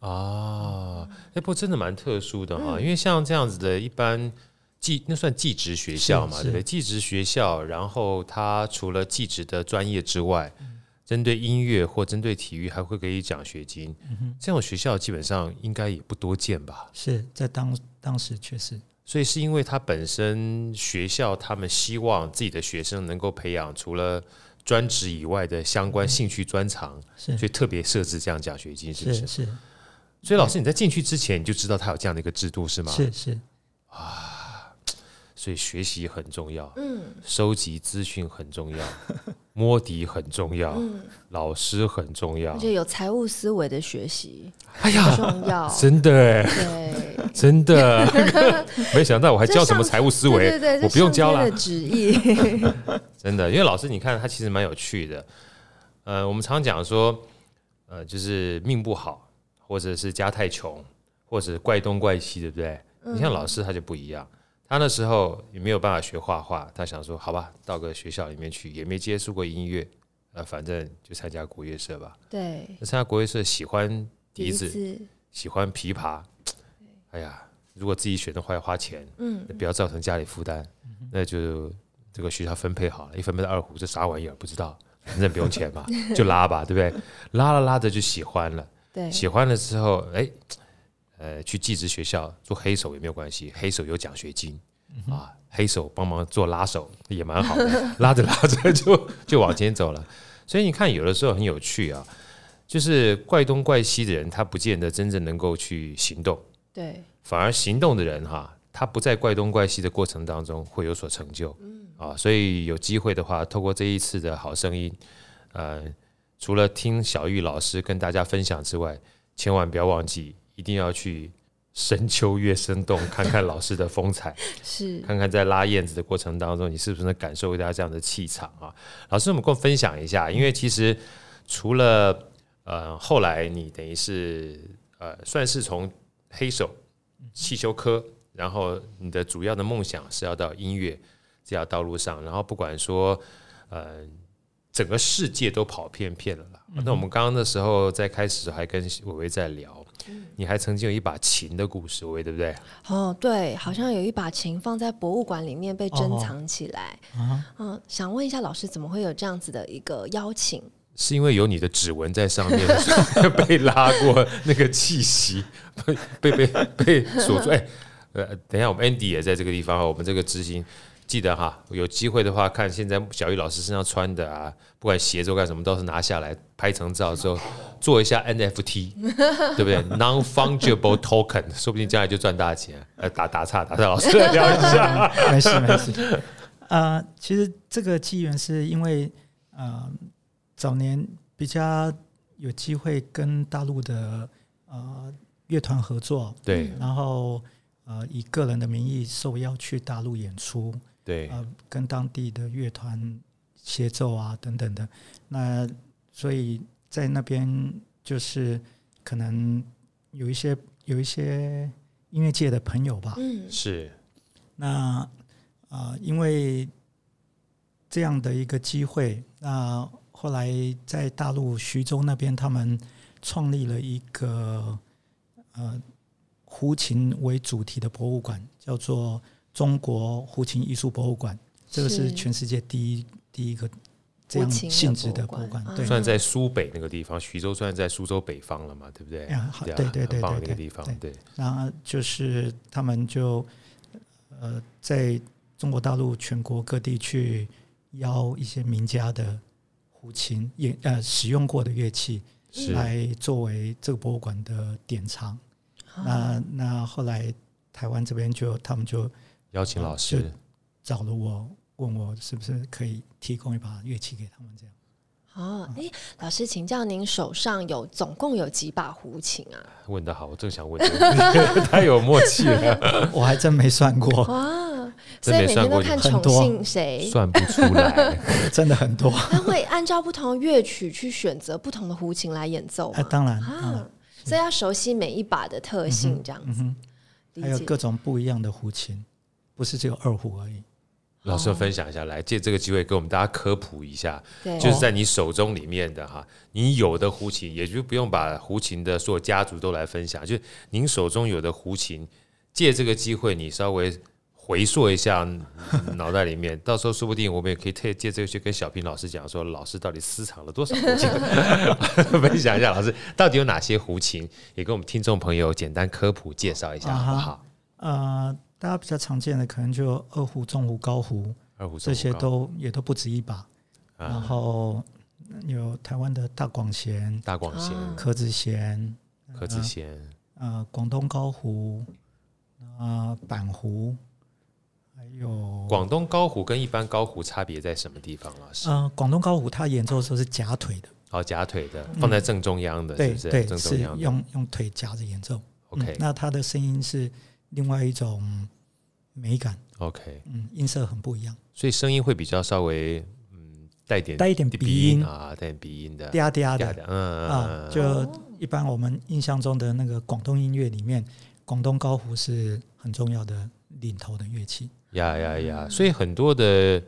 [SPEAKER 1] 啊？哎、不过真的蛮特殊的
[SPEAKER 3] 嗯
[SPEAKER 1] 哈、因为像这样子的，一般技那算技职学校嘛，
[SPEAKER 3] 是
[SPEAKER 1] 对不对？技职学校，然后它除了技职的专业之外，
[SPEAKER 3] 嗯
[SPEAKER 1] 针对音乐或针对体育还会给予奖学金、
[SPEAKER 3] 嗯
[SPEAKER 1] 这种学校基本上应该也不多见吧？
[SPEAKER 3] 是在当当时确实
[SPEAKER 1] 所以是因为他本身学校他们希望自己的学生能够培养除了专职以外的相关兴趣专长，
[SPEAKER 3] 是
[SPEAKER 1] 所以特别设置这样奖学金，是不是
[SPEAKER 3] 是？是
[SPEAKER 1] 所以老师你在进去之前你就知道他有这样的一个制度是吗？
[SPEAKER 3] 是是
[SPEAKER 1] 所以学习很重要，
[SPEAKER 2] 嗯
[SPEAKER 1] 收集资讯很重要，摸底很重要，
[SPEAKER 2] 嗯，
[SPEAKER 1] 老师很重要
[SPEAKER 2] 而。且有财务思维的学 习
[SPEAKER 1] 哎
[SPEAKER 2] 很
[SPEAKER 1] 呀，
[SPEAKER 2] 重要，
[SPEAKER 1] 真的哎，
[SPEAKER 2] 对，
[SPEAKER 1] 真的， 没想到我还教什么财务 思维，
[SPEAKER 2] 对对对，
[SPEAKER 1] 我不用教
[SPEAKER 2] 了
[SPEAKER 1] 了
[SPEAKER 2] 的。旨 意，
[SPEAKER 1] 真的，因为老师你看他其实蛮有趣的。呃，我们常讲说，呃，就是命不好，或者是家太穷，或者怪东怪西，对不对？你像老师他就不一样，他那时候也没有办法学画画，他想说，好吧，到个学校里面去，也没接触过音乐，呃，反正就参加国乐社吧。
[SPEAKER 2] 对，
[SPEAKER 1] 那参加国乐社喜欢笛子，
[SPEAKER 2] 子，
[SPEAKER 1] 喜欢琵琶，哎呀，如果自己选的话要花钱，
[SPEAKER 2] 嗯，
[SPEAKER 1] 不要造成家里负担，那就这个学校分配好了，一分配到二胡，这啥玩意儿不知道，反正不用钱嘛， 就拉吧，对不对？拉了拉着就喜欢了，
[SPEAKER 2] 对，
[SPEAKER 1] 喜欢了之后，哎，呃，去技职学校做黑手也没有关系，黑手有奖学金啊，黑手帮忙做拉手也蛮好的， 拉着拉着就就往前走了。所以你看，有的时候很有趣啊，就是怪东怪西的人，他不见得真正能够去行动。
[SPEAKER 2] 对，
[SPEAKER 1] 反而行动的人哈，他不在怪东怪西的过程当中会有所成就，啊，所以有机会的话，透过这一次的好声音，呃，除了听小玉老师跟大家分享之外，千万不要忘记，一定要去深秋月生动看看老师的风采，
[SPEAKER 2] 是，
[SPEAKER 1] 看看在拉燕子的过程当中，你是不是能感受到这样的气场啊？老师，我们跟我分享一下，因为其实除了呃，后来你等于是呃，算是从黑手汽修科，然后你的主要的梦想是要到音乐这条道路上，然后不管说呃。整个世界都跑遍遍了啦。那我们刚刚的时候在开始还跟伟伟在聊，你还曾经有一把琴的故事，伟伟对不对？
[SPEAKER 2] 哦，对，好像有一把琴放在博物馆里面被珍藏起来，
[SPEAKER 3] 哦啊，
[SPEAKER 2] 嗯，想问一下老师，怎么会有这样子的一个邀请？
[SPEAKER 1] 是因为有你的指纹在上面， 所以被拉过那个气息，被被被被锁住。哎、呃，等一下，我们 Andy 也在这个地方啊，我们这个执行。记得哈，有机会的话，看现在小玉老师身上穿的啊，不管鞋子或干什么，都是拿下来拍成照之后，做一下 NFT，对不对？Non fungible token，说不定将来就赚大钱。呃，打打岔，打岔，老师来 聊一下。
[SPEAKER 3] 没事没事。啊，其实这个机缘是因为呃，早年比较有机会跟大陆的呃乐团合作，
[SPEAKER 1] 对
[SPEAKER 3] 然后呃以个人的名义受邀去大陆演出，
[SPEAKER 1] 对，
[SPEAKER 3] 呃跟当地的乐团协奏啊等等的。那所以在那边就是可能有一些有一些音乐界的朋友吧，
[SPEAKER 2] 嗯，
[SPEAKER 1] 是
[SPEAKER 3] 那呃，因为这样的一个机会，那后来在大陆徐州那边，他们创立了一个呃胡琴为主题的博物馆，叫做中国胡琴艺术博物馆。这个是
[SPEAKER 2] 是
[SPEAKER 3] 全世界第一第一个这
[SPEAKER 2] 胡
[SPEAKER 3] 样
[SPEAKER 2] 琴的
[SPEAKER 3] 性质的
[SPEAKER 2] 博
[SPEAKER 3] 博
[SPEAKER 2] 物
[SPEAKER 3] 物
[SPEAKER 2] 馆
[SPEAKER 3] 馆
[SPEAKER 2] 啊，
[SPEAKER 3] 对，
[SPEAKER 1] 算在苏北那个地方，徐州算在苏州北方了嘛，对不对？
[SPEAKER 3] 呀嗯好
[SPEAKER 1] 啊
[SPEAKER 3] 对对对
[SPEAKER 1] 很棒的那
[SPEAKER 3] 对
[SPEAKER 1] 个
[SPEAKER 3] 对嗯
[SPEAKER 1] 地方，对，
[SPEAKER 3] 那就是他们就呃，在中国大陆全国各地去邀一些名家的胡古琴演呃使用过的乐器
[SPEAKER 1] 是
[SPEAKER 3] 来作为这个博物馆的典藏。
[SPEAKER 2] 啊
[SPEAKER 3] 那那后来台湾这边就他们就
[SPEAKER 1] 邀请老
[SPEAKER 3] 就
[SPEAKER 1] 师，
[SPEAKER 3] 找了我，问我是不是可以提供一把乐器给他们这样。
[SPEAKER 2] 哦，哎，老师，请教您手上有总共有几把胡琴啊？
[SPEAKER 1] 问得好，我正想问这个 问题，太有默契了，
[SPEAKER 3] 我还真没算
[SPEAKER 2] 哦
[SPEAKER 3] 过，
[SPEAKER 2] 哇，所
[SPEAKER 1] 真
[SPEAKER 2] 以
[SPEAKER 1] 没
[SPEAKER 2] 每
[SPEAKER 1] 算
[SPEAKER 2] 天都
[SPEAKER 1] 过
[SPEAKER 2] 看
[SPEAKER 3] 很
[SPEAKER 2] 宠
[SPEAKER 3] 多啊
[SPEAKER 2] 幸谁，
[SPEAKER 1] 算不出 来。
[SPEAKER 3] 真的很多。
[SPEAKER 2] 他会按照不同的乐曲去选择不同的胡琴来演奏
[SPEAKER 3] 啊，
[SPEAKER 2] 吗？
[SPEAKER 3] 当然，当然
[SPEAKER 2] 啊，所以要熟悉每一把的特性，这样
[SPEAKER 3] 嗯
[SPEAKER 2] 子
[SPEAKER 3] 哼，
[SPEAKER 2] 理
[SPEAKER 3] 还有
[SPEAKER 2] 解
[SPEAKER 3] 各。种不一样的胡琴，不是只有二胡而已。
[SPEAKER 1] 老师分享一下，来借这个机会给我们大家科普一下，
[SPEAKER 2] 对，
[SPEAKER 1] 就是在你手中里面的哈，你有的胡琴，也就不用把胡琴的所有家族都来分享，就是您手中有的胡琴，借这个机会你稍微回溯一下脑袋里面，到时候说不定我们也可以特借这个去跟小平老师讲说，老师到底私藏了多少胡 琴，分享一下老师到底有哪些胡琴，也跟我们听众朋友简单科普介绍一下，
[SPEAKER 3] 啊
[SPEAKER 1] 好
[SPEAKER 3] 哈
[SPEAKER 1] 不好？
[SPEAKER 3] 呃，大家比较常见的可能就二胡、中胡、高胡
[SPEAKER 1] 二胡
[SPEAKER 3] 这些
[SPEAKER 1] 中
[SPEAKER 3] 都也都不止一把。
[SPEAKER 1] 胡高
[SPEAKER 3] 然
[SPEAKER 1] 啊，
[SPEAKER 3] 后呃有台湾的大广弦、
[SPEAKER 1] 大广弦、
[SPEAKER 2] 啊
[SPEAKER 3] 柯子弦、
[SPEAKER 1] 柯
[SPEAKER 3] 啊
[SPEAKER 1] 子弦。
[SPEAKER 3] 呃广东高胡、呃板胡，还有
[SPEAKER 1] 广东高胡跟一般高胡差别在什么地方，老师？
[SPEAKER 3] 呃广东高胡，它演奏的时候是夹腿的，
[SPEAKER 1] 哦，夹腿的，放在正中央的，是
[SPEAKER 3] 嗯对
[SPEAKER 1] 不是？
[SPEAKER 3] 对，
[SPEAKER 1] 正中
[SPEAKER 3] 是
[SPEAKER 1] 央的。
[SPEAKER 3] 用用腿夹着演奏。嗯
[SPEAKER 1] OK
[SPEAKER 3] 那它的声音是另外一种美感，
[SPEAKER 1] OK，
[SPEAKER 3] 嗯，音色很不一样，
[SPEAKER 1] 所以声音会比较稍微嗯带点
[SPEAKER 3] 带一点鼻音，
[SPEAKER 1] 啊，带点鼻音的，
[SPEAKER 3] 嗲嗲
[SPEAKER 1] 嗲
[SPEAKER 3] 的
[SPEAKER 1] 的，嗯
[SPEAKER 3] 啊，
[SPEAKER 1] 嗯，嗯
[SPEAKER 3] 就一般我们印象中的那个广东音乐里面，广东高胡是很重要的领头的乐器。
[SPEAKER 1] 呀呀呀，所以很多的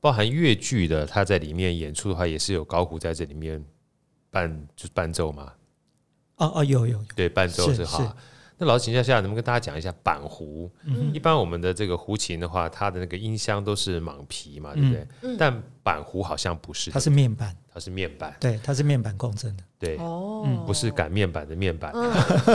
[SPEAKER 1] 包含越剧的，它在里面演出的话，也是有高胡在这里面伴就是伴奏嘛，
[SPEAKER 3] 哦哦，有有有，
[SPEAKER 1] 对，伴奏
[SPEAKER 3] 是
[SPEAKER 1] 是
[SPEAKER 3] 是
[SPEAKER 1] 哈。那老师请教一下，能不能跟大家讲一下板胡？
[SPEAKER 2] 嗯
[SPEAKER 1] 一般我们的这个胡琴的话，它的那个音箱都是蟒皮嘛，对不对？
[SPEAKER 2] 嗯
[SPEAKER 1] 但板胡好像不是，
[SPEAKER 3] 它是面板，
[SPEAKER 1] 它是面板，
[SPEAKER 3] 对，它是面板共振的，
[SPEAKER 1] 对，
[SPEAKER 2] 哦，
[SPEAKER 3] 嗯
[SPEAKER 1] 不是擀面板的面板，
[SPEAKER 2] 嗯，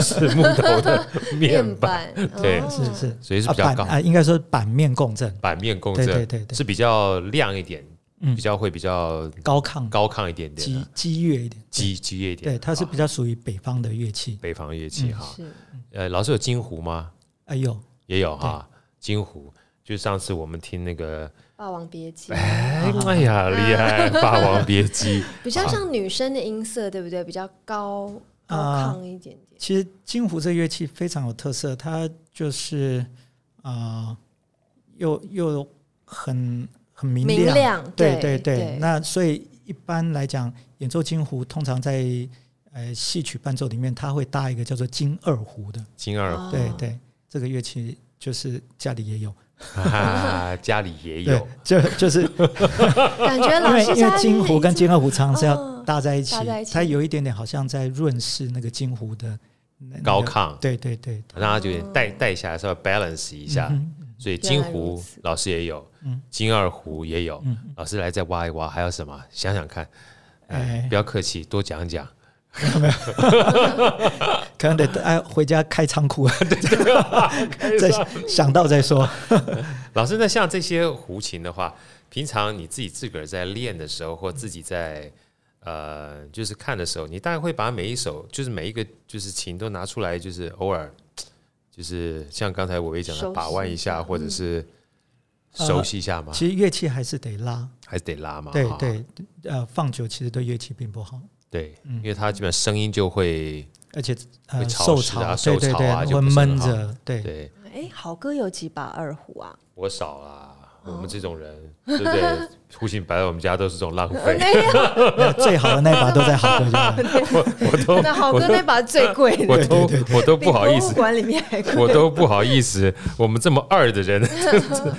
[SPEAKER 1] 是木头的面
[SPEAKER 2] 面
[SPEAKER 1] 板，
[SPEAKER 2] 板
[SPEAKER 1] 对
[SPEAKER 2] 哦
[SPEAKER 3] 是是
[SPEAKER 1] 所以是
[SPEAKER 3] 啊
[SPEAKER 1] 比较
[SPEAKER 3] 板
[SPEAKER 1] 高
[SPEAKER 3] 啊，应该说板面共振，
[SPEAKER 1] 板面共
[SPEAKER 3] 对对
[SPEAKER 1] 振，
[SPEAKER 3] 对对，
[SPEAKER 1] 是比较亮一点，
[SPEAKER 3] 嗯
[SPEAKER 1] 比较会比较
[SPEAKER 3] 高亢
[SPEAKER 1] 高亢一点点
[SPEAKER 3] 激
[SPEAKER 1] 的，
[SPEAKER 3] 激越一点，
[SPEAKER 1] 激激烈一
[SPEAKER 3] 对，
[SPEAKER 1] 点。
[SPEAKER 3] 对，它是
[SPEAKER 1] 啊
[SPEAKER 3] 比较属于北方的乐器。
[SPEAKER 1] 北方乐器
[SPEAKER 3] 嗯
[SPEAKER 1] 哈。
[SPEAKER 2] 是
[SPEAKER 1] 呃，老师有金胡吗？
[SPEAKER 3] 哎呦，
[SPEAKER 1] 也有哈，金胡。就上次我们听那个，
[SPEAKER 2] 霸王别 姬，
[SPEAKER 1] 哎哎呀，厉害，
[SPEAKER 2] 嗯
[SPEAKER 1] 《霸王别姬》
[SPEAKER 2] 比较像女生的音色，对不对？比较高高
[SPEAKER 3] 啊
[SPEAKER 2] 亢一点点。
[SPEAKER 3] 其实金胡这乐器非常有特色，它就是啊、呃又又很很明亮，
[SPEAKER 2] 明亮，
[SPEAKER 3] 对
[SPEAKER 2] 对
[SPEAKER 3] 对。那所以一般来讲，演奏金胡通常在呃戏曲伴奏里面，它会搭一个叫做金二胡的，
[SPEAKER 1] 金二胡
[SPEAKER 2] 哦
[SPEAKER 3] 对对，这个乐器就是家里也有，
[SPEAKER 1] 啊，家里也
[SPEAKER 3] 对
[SPEAKER 1] 有，
[SPEAKER 3] 就就是
[SPEAKER 2] 感觉
[SPEAKER 3] 因
[SPEAKER 2] 老
[SPEAKER 3] 为
[SPEAKER 2] 师哦
[SPEAKER 3] 因
[SPEAKER 2] 家
[SPEAKER 3] 为金胡跟金二胡常常是要
[SPEAKER 2] 哦
[SPEAKER 3] 搭在一起，
[SPEAKER 2] 搭在一起
[SPEAKER 3] 它有一点点好像在润饰那个金胡的那那
[SPEAKER 1] 高
[SPEAKER 3] 个
[SPEAKER 1] 亢，
[SPEAKER 3] 对对对，嗯
[SPEAKER 1] 让它有点带带下来，稍微 balance 一
[SPEAKER 3] 一
[SPEAKER 1] 下。所以金
[SPEAKER 2] 原来如
[SPEAKER 1] 湖
[SPEAKER 2] 此
[SPEAKER 1] 老师也有
[SPEAKER 3] 嗯，
[SPEAKER 1] 金二胡也有
[SPEAKER 3] 嗯，
[SPEAKER 1] 老师来再挖一挖，还有什么？想想看，哎
[SPEAKER 3] 哎，
[SPEAKER 1] 不要客气，多讲讲。
[SPEAKER 3] 可能得哎回家开 仓库， 再想到再说。
[SPEAKER 1] 老师，那像这些胡琴的话，平常你自己自个儿在练的时候，或自己在呃，就是看的时候，你大概会把每一首，就是每一个就是琴都拿出来，就是偶尔，就是像刚才我也讲的，
[SPEAKER 2] 熟悉嗯
[SPEAKER 1] 把玩一下，或者是
[SPEAKER 3] 呃
[SPEAKER 1] 熟悉一下吗？
[SPEAKER 3] 其实乐器还是得拉，
[SPEAKER 1] 还是得拉嘛？
[SPEAKER 3] 对
[SPEAKER 1] 哈
[SPEAKER 3] 对，呃，放久其实对乐器并不好，
[SPEAKER 1] 对，
[SPEAKER 3] 嗯
[SPEAKER 1] 因为它基本上声音就会
[SPEAKER 3] 而且
[SPEAKER 1] 会
[SPEAKER 3] 呃
[SPEAKER 1] 潮
[SPEAKER 3] 受
[SPEAKER 1] 湿
[SPEAKER 3] 潮
[SPEAKER 1] 啊，
[SPEAKER 3] 对对
[SPEAKER 1] 受潮啊
[SPEAKER 3] 对，
[SPEAKER 1] 就
[SPEAKER 3] 会
[SPEAKER 1] 不是很
[SPEAKER 3] 闷
[SPEAKER 1] 好
[SPEAKER 3] 着，对，
[SPEAKER 1] 对。
[SPEAKER 2] 哎，豪哥有几把二胡啊？
[SPEAKER 1] 我少啦，
[SPEAKER 2] 哦
[SPEAKER 1] 我们这种人，对不 对？胡琴摆在我们家都是这种浪费，
[SPEAKER 3] 那最好的那把都在好哥家，
[SPEAKER 1] 我都
[SPEAKER 2] 那豪哥那把最贵的，
[SPEAKER 1] 我都我都
[SPEAKER 2] 比
[SPEAKER 1] 不好意
[SPEAKER 2] 博物
[SPEAKER 1] 思，
[SPEAKER 2] 馆里面还贵。
[SPEAKER 1] 我都不好意思，我们这么二的 人，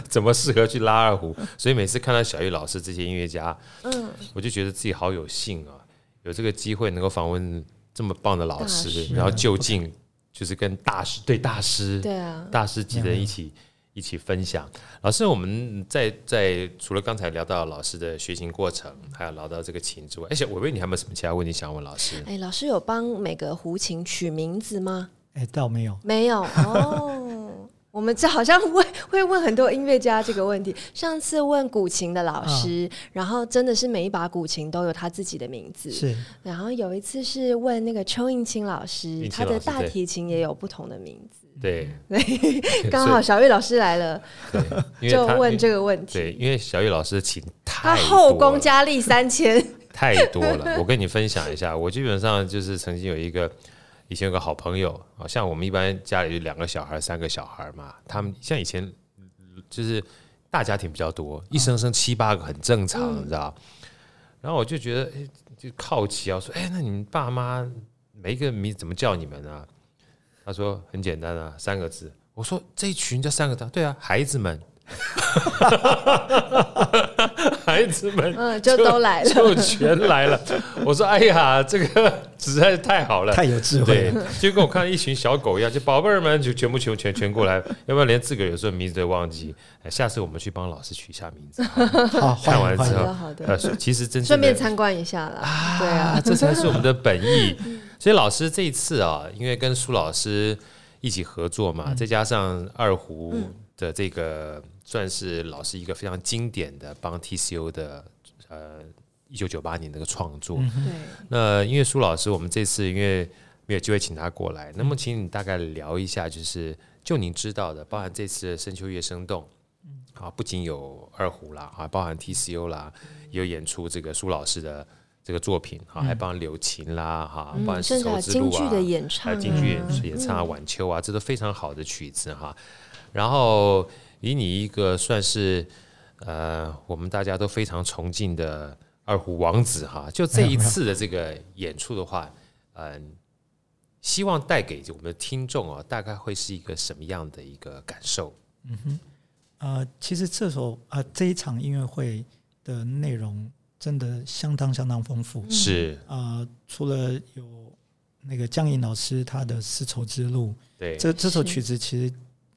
[SPEAKER 1] 怎么适合去拉二胡？所以每次看到小玉老师这些音乐家，
[SPEAKER 2] 嗯，
[SPEAKER 1] 我就觉得自己好有幸啊，有这个机会能够访问这么棒的老
[SPEAKER 2] 大
[SPEAKER 1] 师，
[SPEAKER 2] 师
[SPEAKER 1] 然后就近就是跟大师对大师
[SPEAKER 2] 对啊，
[SPEAKER 1] 大师级的一起
[SPEAKER 2] 嗯
[SPEAKER 1] 一起分享。老师，我们在在除了刚才聊到老师的学琴过程，还有聊到这个琴之外，哎而且伟伟，你还有没有什么其他问题想问老师？
[SPEAKER 2] 哎，老师有帮每个胡琴取名字吗？
[SPEAKER 3] 哎，倒没有，
[SPEAKER 2] 没有哦。 我们这好像会会问很多音乐家这个问题。上次问古琴的老师，
[SPEAKER 3] 啊
[SPEAKER 2] 然后真的是每一把古琴都有他自己的名字。
[SPEAKER 3] 是
[SPEAKER 2] 然后有一次是问那个邱应钦老师，
[SPEAKER 1] 应钦
[SPEAKER 2] 他
[SPEAKER 1] 老
[SPEAKER 2] 的
[SPEAKER 1] 师
[SPEAKER 2] 大
[SPEAKER 1] 对
[SPEAKER 2] 提琴也有不同的名字。
[SPEAKER 1] 对，
[SPEAKER 2] 嗯刚好小玉老师来了，
[SPEAKER 1] 所以对因
[SPEAKER 2] 就
[SPEAKER 1] 为他
[SPEAKER 2] 问这个问题。
[SPEAKER 1] 对，因为小雨老师的琴
[SPEAKER 2] 他
[SPEAKER 1] 太
[SPEAKER 2] 后
[SPEAKER 1] 多了
[SPEAKER 2] 宫佳丽三千，
[SPEAKER 1] 太多了。 我跟你分享一下，我基本上就是曾经有一个以前有个好朋友啊，像我们一般家里就两个小孩、三个小孩嘛，他们像以前就是大家庭比较
[SPEAKER 2] 嗯
[SPEAKER 1] 多，一生生七八个很正常，你知道。然后我就觉得，哎，就好奇啊，我说，哎，那你们爸妈每一个名字怎么叫你们啊？他说很简单啊，三个字。我说这一群叫三个字啊，对啊，孩子 们，孩子们，
[SPEAKER 2] 嗯，就都来了。
[SPEAKER 1] 就全来 了。我说：“哎呀，这个 实在是太好了，
[SPEAKER 3] 太有智慧
[SPEAKER 1] 对
[SPEAKER 3] 了。，
[SPEAKER 1] 就跟我看到一群小狗一样，就宝贝儿们就全部全全全过来，要不然连自个儿有时候名字都忘记。哎下次我们去帮老师取一下名 字，
[SPEAKER 3] 好，
[SPEAKER 1] 看
[SPEAKER 3] 欢
[SPEAKER 1] 完
[SPEAKER 3] 迎
[SPEAKER 1] 之后
[SPEAKER 2] 的
[SPEAKER 3] 欢迎。
[SPEAKER 2] 好的
[SPEAKER 1] 呃，其实真正
[SPEAKER 2] 顺便
[SPEAKER 1] 的
[SPEAKER 2] 参观一下啦。对啊，
[SPEAKER 1] 啊，这才是我们的本 意。所以老师这一次啊，因为跟苏老师一起合作
[SPEAKER 2] 嗯
[SPEAKER 1] 嘛，再加上二胡的这个，算是老师一个非常经典的帮 TCO 的呃一九九八年的一个创作。
[SPEAKER 2] 对，
[SPEAKER 1] 那因为苏老师，我们这次因为没有机会请他过
[SPEAKER 2] 嗯
[SPEAKER 1] 来，那么请你大概聊一下，就是就您知道的，包含这次的深秋月生动，
[SPEAKER 2] 嗯
[SPEAKER 1] 啊，不仅有二胡啦，啊，包含 TCO 啦，
[SPEAKER 2] 嗯
[SPEAKER 1] 也有演出这个苏老师的这个作品，啊，还帮柳琴啦，啊哈、包含丝
[SPEAKER 2] 嗯甚至还
[SPEAKER 1] 绸
[SPEAKER 2] 有
[SPEAKER 1] 之路
[SPEAKER 2] 京
[SPEAKER 1] 啊，
[SPEAKER 2] 剧的演唱
[SPEAKER 1] 还
[SPEAKER 2] 啊，
[SPEAKER 3] 嗯
[SPEAKER 1] 有京剧演演唱啊、晚秋啊，这都非常好的曲子哈。然后以你一个算是呃我们大家都非常崇敬的二胡王子哈，就这一次的这个演出的话，嗯、希望带给我们的听众啊，大概会是一个什么样的一个感受？
[SPEAKER 3] 呃，其实这首呃这一场音乐会的内容真的相当相当丰富。
[SPEAKER 1] 是
[SPEAKER 3] 呃，除了有那个江颖老师他的丝绸之路，
[SPEAKER 1] 对，
[SPEAKER 3] 这这首
[SPEAKER 2] 是
[SPEAKER 3] 曲子其实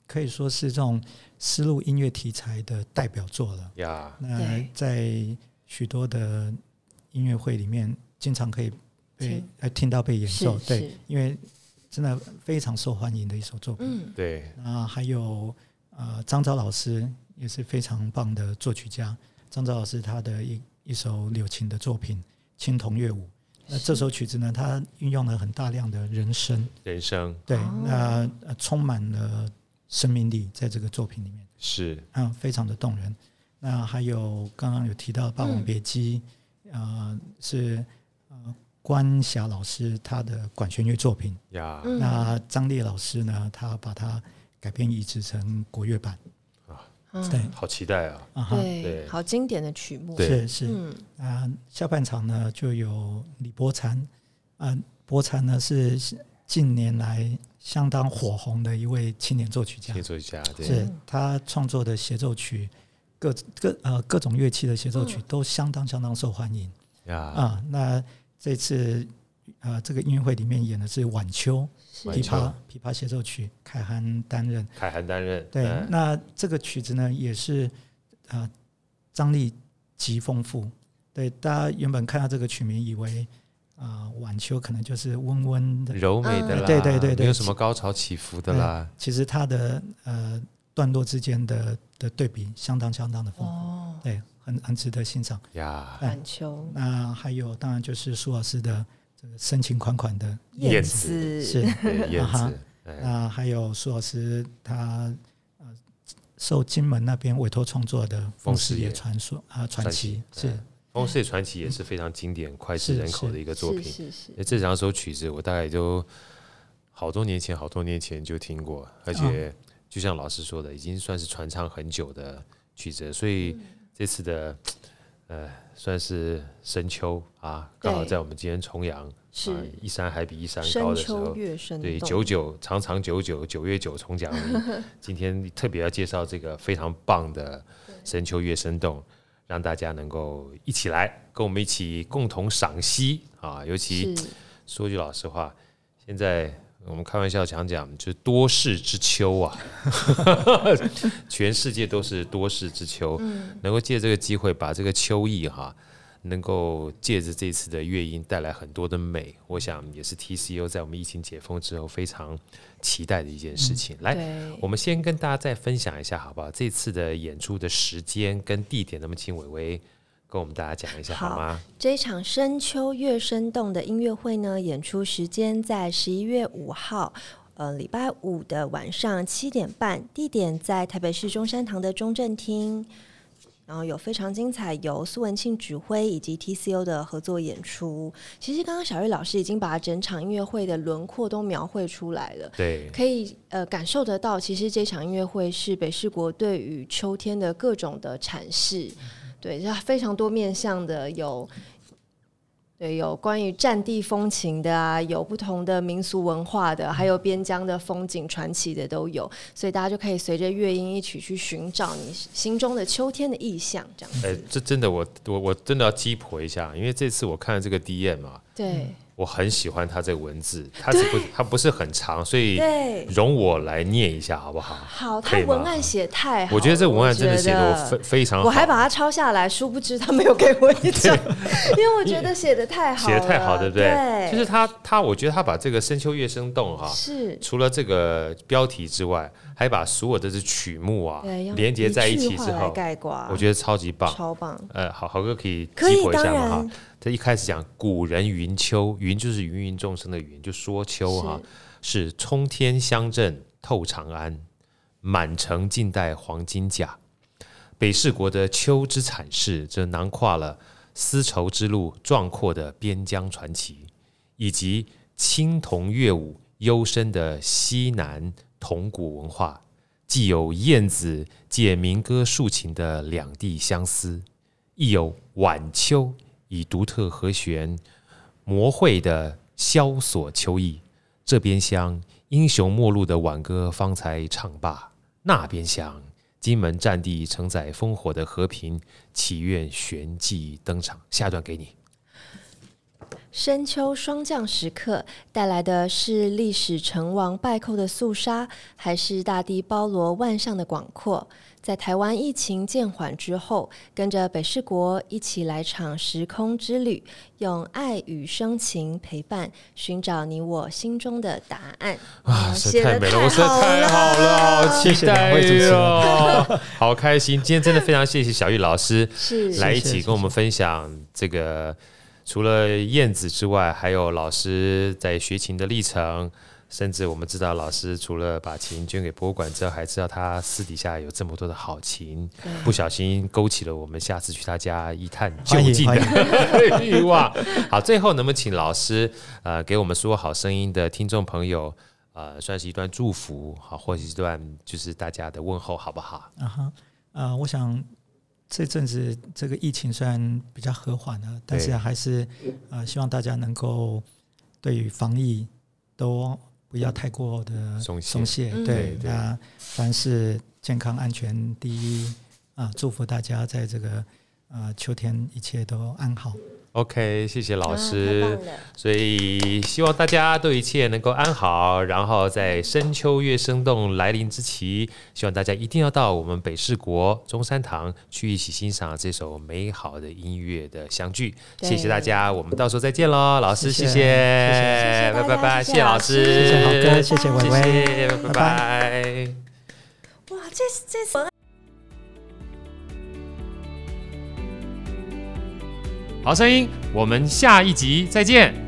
[SPEAKER 3] 可以说是这种丝路音乐题材的代表作了。
[SPEAKER 1] 呀，
[SPEAKER 3] 那
[SPEAKER 2] 对
[SPEAKER 3] 在许多的音乐会里面，经常可以被
[SPEAKER 2] 听
[SPEAKER 3] 呃听到被演
[SPEAKER 2] 是
[SPEAKER 3] 奏，
[SPEAKER 2] 是
[SPEAKER 3] 对，因为真的非常受欢迎的一首作品。
[SPEAKER 2] 嗯，
[SPEAKER 1] 对，
[SPEAKER 3] 那还有呃，张昭老师也是非常棒的作曲家。张昭老师他的一一首柳琴的作品《青铜乐舞》，那这首曲子呢，它运用了很大量的人声，
[SPEAKER 1] 人生
[SPEAKER 3] 对，
[SPEAKER 2] 哦
[SPEAKER 3] 那、呃、充满了生命力在这个作品里面，
[SPEAKER 1] 是
[SPEAKER 3] 嗯，非常的动人。那还有刚刚有提到《霸
[SPEAKER 2] 嗯
[SPEAKER 3] 王别姬》呃，是呃关霞老师他的管弦乐作品，
[SPEAKER 1] 呀，
[SPEAKER 2] 嗯
[SPEAKER 3] 那张烈老师呢，他把它改编移植成国乐版，
[SPEAKER 2] 嗯
[SPEAKER 3] 对
[SPEAKER 1] 好期待啊！
[SPEAKER 3] 啊哈，
[SPEAKER 2] 对，
[SPEAKER 1] 对
[SPEAKER 2] 好经典的曲目，
[SPEAKER 1] 对
[SPEAKER 3] 是是。
[SPEAKER 2] 嗯，
[SPEAKER 3] 那下半场呢，就有李伯禅，啊，伯禅呢是近年来相当火红的一位青年作曲家
[SPEAKER 1] 听，作家对
[SPEAKER 3] 是他创作的协奏曲，各各呃各种乐器的协奏曲都相当相当受欢迎
[SPEAKER 1] 呀，
[SPEAKER 3] 啊。那这次呃这个音乐会里面演的是晚秋
[SPEAKER 2] 是
[SPEAKER 1] 晚
[SPEAKER 3] 琵琶
[SPEAKER 1] 秋
[SPEAKER 3] 琵琶协奏曲，凯涵担任。
[SPEAKER 1] 凯涵担任
[SPEAKER 3] 对，
[SPEAKER 1] 嗯
[SPEAKER 3] 那这个曲子呢，也是呃张力极丰富。对，大家原本看到这个曲名，以为啊、呃晚秋可能就是温温的，
[SPEAKER 1] 柔美的
[SPEAKER 2] 嗯
[SPEAKER 1] 啦，
[SPEAKER 3] 对对对对
[SPEAKER 1] 没有什么高潮起伏的啦，
[SPEAKER 3] 其实它的呃段落之间的的对比相当相当的丰富，
[SPEAKER 2] 哦，
[SPEAKER 3] 对，很很值得欣赏。
[SPEAKER 1] 呀，
[SPEAKER 3] 哎
[SPEAKER 2] 晚秋
[SPEAKER 3] 那还有当然就是苏老师的这个深情款款的
[SPEAKER 1] 哎燕
[SPEAKER 2] 子
[SPEAKER 3] 是，
[SPEAKER 1] 对燕
[SPEAKER 3] 啊哈
[SPEAKER 1] 子，哎
[SPEAKER 3] 那还有苏老师他呃受金门那边委托创作的《风师野传说》啊传奇
[SPEAKER 1] 传
[SPEAKER 3] 是
[SPEAKER 1] 奇。《风水传奇》也是非常经典、脍炙人口的一个作
[SPEAKER 2] 是
[SPEAKER 1] 品。
[SPEAKER 2] 是是，
[SPEAKER 1] 哎这两首曲子我大概都好多年前、好多年前就听过，而且
[SPEAKER 2] 哦
[SPEAKER 1] 就像老师说的，已经算是传唱很久的曲子，所以
[SPEAKER 2] 嗯
[SPEAKER 1] 这次的呃算是深秋啊，
[SPEAKER 2] 对
[SPEAKER 1] 刚好在我们今天重阳
[SPEAKER 2] 是
[SPEAKER 1] 啊，一山还比一山高
[SPEAKER 2] 深
[SPEAKER 1] 的时候
[SPEAKER 2] 秋，月生
[SPEAKER 1] 对，
[SPEAKER 2] 动
[SPEAKER 1] 九九长长久久，九月九重讲 你今天特别要介绍这个非常棒的深秋月生动，让大家能够一起来跟我们一起共同赏析啊！尤其
[SPEAKER 2] 是
[SPEAKER 1] 说句老实话，现在我们开玩笑讲讲，就是多事之秋啊， 全世界都是多事之秋，能够借这个机会把这个秋意哈、能够借着这次的乐音带来很多的美，我想也是 TCU 在我们疫情解封之后非常期待的一件事情。来，
[SPEAKER 2] 对
[SPEAKER 1] 我们先跟大家再分享一下，好不好？这次的演出的时间跟地点，那么请伟伟跟我们大家讲一下
[SPEAKER 2] 好
[SPEAKER 1] 好吗？
[SPEAKER 2] 这一场深秋月生动的音乐会呢，演出时间在十一月五号。呃，礼拜五的晚上七点半，地点在台北市中山堂的中正厅，然后有非常精彩由苏文庆指挥以及 TCO 的合作演出。其实刚刚小玉老师已经把整场音乐会的轮廓都描绘出来了，
[SPEAKER 1] 对，
[SPEAKER 2] 可以呃感受得到，其实这场音乐会是北市国对于秋天的各种的阐释，对，它非常多面向的，有对有关于战地风情的啊，有不同的民俗文化的，还有边疆的风景传奇的都有，所以大家就可以随着乐音一起去寻找你心中的秋天的意象，这样
[SPEAKER 1] 哎、
[SPEAKER 2] 子，
[SPEAKER 1] 这真的我我我真的要鸡婆一下，因为这次我看了这个 DM 嘛，
[SPEAKER 2] 对
[SPEAKER 1] 我很喜欢它这个文字，它只不它不是很长，所以
[SPEAKER 2] 对，
[SPEAKER 1] 容我来念一下好不好？
[SPEAKER 2] 好，
[SPEAKER 1] 嗯可
[SPEAKER 2] 他
[SPEAKER 1] 以吗
[SPEAKER 2] 文案写太好了，
[SPEAKER 1] 我觉得这文案真的写
[SPEAKER 2] 我
[SPEAKER 1] 的
[SPEAKER 2] 觉
[SPEAKER 1] 非非啊常好，
[SPEAKER 2] 我还把它抄下来，殊不知他没有给我 一张，因为我觉得写的太好
[SPEAKER 1] 写
[SPEAKER 2] 了，
[SPEAKER 1] 的太好，对不对？
[SPEAKER 2] 对，
[SPEAKER 1] 就是他他，我觉得他把这个深秋月生动哈、
[SPEAKER 2] 是
[SPEAKER 1] 除了这个标题之外，还把所有的这曲目啊
[SPEAKER 2] 对用
[SPEAKER 1] 连接在一起
[SPEAKER 2] 句话
[SPEAKER 1] 之
[SPEAKER 2] 来
[SPEAKER 1] 后，
[SPEAKER 2] 概括，
[SPEAKER 1] 我觉得超级棒。
[SPEAKER 2] 超棒，
[SPEAKER 1] 呃，好豪哥可以
[SPEAKER 2] 可以
[SPEAKER 1] 激活一下
[SPEAKER 2] 当
[SPEAKER 1] 嘛
[SPEAKER 2] 然
[SPEAKER 1] 哈。他一开始讲古人云秋，云就是芸芸众生的云，就说秋哈、是冲天乡镇透长安，满城尽带黄金甲。北市国的秋之产势，这囊括了丝绸之路壮阔的边疆传奇，以及青铜乐舞幽深的西南铜鼓文化，既有燕子借民歌抒情的两地相思，亦有晚秋以独特和弦魔绘的萧索秋意。这边厢英雄末路的挽歌方才唱罢，那边厢金门战地承载烽火的和平，祈愿旋即登场。下一段给你。
[SPEAKER 2] 深秋霜降时刻带来的是历史成王败寇的肃杀，还是大地包罗万象的广阔？在台湾疫情渐缓之后，跟着北市国一起来场时空之旅，用爱与深情陪伴，寻找你我心中中的答案。
[SPEAKER 1] 啊，
[SPEAKER 2] 哇
[SPEAKER 1] 实
[SPEAKER 2] 写
[SPEAKER 1] 在太
[SPEAKER 2] 得
[SPEAKER 1] 美了，我实在太
[SPEAKER 2] 太
[SPEAKER 1] 好
[SPEAKER 2] 好
[SPEAKER 1] 了，好
[SPEAKER 3] 谢
[SPEAKER 1] 期
[SPEAKER 3] 谢两
[SPEAKER 1] 待
[SPEAKER 3] 位主持人
[SPEAKER 1] 哟， 好开心！今天真的非常谢谢小玉老师
[SPEAKER 2] 是
[SPEAKER 1] 来一
[SPEAKER 3] 谢谢
[SPEAKER 1] 起跟我们分享这个，除了燕子之外，还有老师在学琴的历程。甚至我们知道，老师除了把琴捐给博物馆之后，还知道他私底下有这么多的好琴，不小心勾起了我们下次去他家一探究
[SPEAKER 3] 欢迎
[SPEAKER 1] 竟
[SPEAKER 3] 欢迎
[SPEAKER 1] 的欲望。好，最后能不能请老师呃给我们说好声音的听众朋友呃，算是一段祝福，好，或者是一段就是大家的问候，好不好？
[SPEAKER 3] 啊哈，啊，我想这阵子这个疫情虽然比较和缓了，但是
[SPEAKER 1] 对
[SPEAKER 3] 还是啊，希望大家能够对于防疫都不要太过的
[SPEAKER 1] 松懈
[SPEAKER 3] 松懈。
[SPEAKER 2] 嗯
[SPEAKER 1] 对
[SPEAKER 3] 对，
[SPEAKER 1] 对
[SPEAKER 3] 那凡事健康安全第一啊，祝福大家在这个啊秋天一切都安好。
[SPEAKER 1] OK，谢谢老
[SPEAKER 2] 啊
[SPEAKER 1] 师。
[SPEAKER 2] 太棒了
[SPEAKER 1] 所以希望大家对一切能够安好，然后在深秋月生动来临之际，希望大家一定要到我们北市国中山堂去一起欣赏这首美好的音乐的相聚。
[SPEAKER 2] 对
[SPEAKER 1] 谢谢大家，我们到时候再见喽，老师，谢
[SPEAKER 3] 谢谢
[SPEAKER 2] 谢谢
[SPEAKER 1] 拜拜
[SPEAKER 2] 大家
[SPEAKER 1] 拜，
[SPEAKER 2] 谢谢
[SPEAKER 1] 谢老
[SPEAKER 2] 老
[SPEAKER 1] 师，
[SPEAKER 2] 师
[SPEAKER 3] 谢谢好哥，谢谢伟
[SPEAKER 1] 谢
[SPEAKER 3] 伟，
[SPEAKER 1] 谢，拜
[SPEAKER 3] 拜
[SPEAKER 1] 拜
[SPEAKER 2] 哇，这这次
[SPEAKER 1] 好声音，我们下一集再见。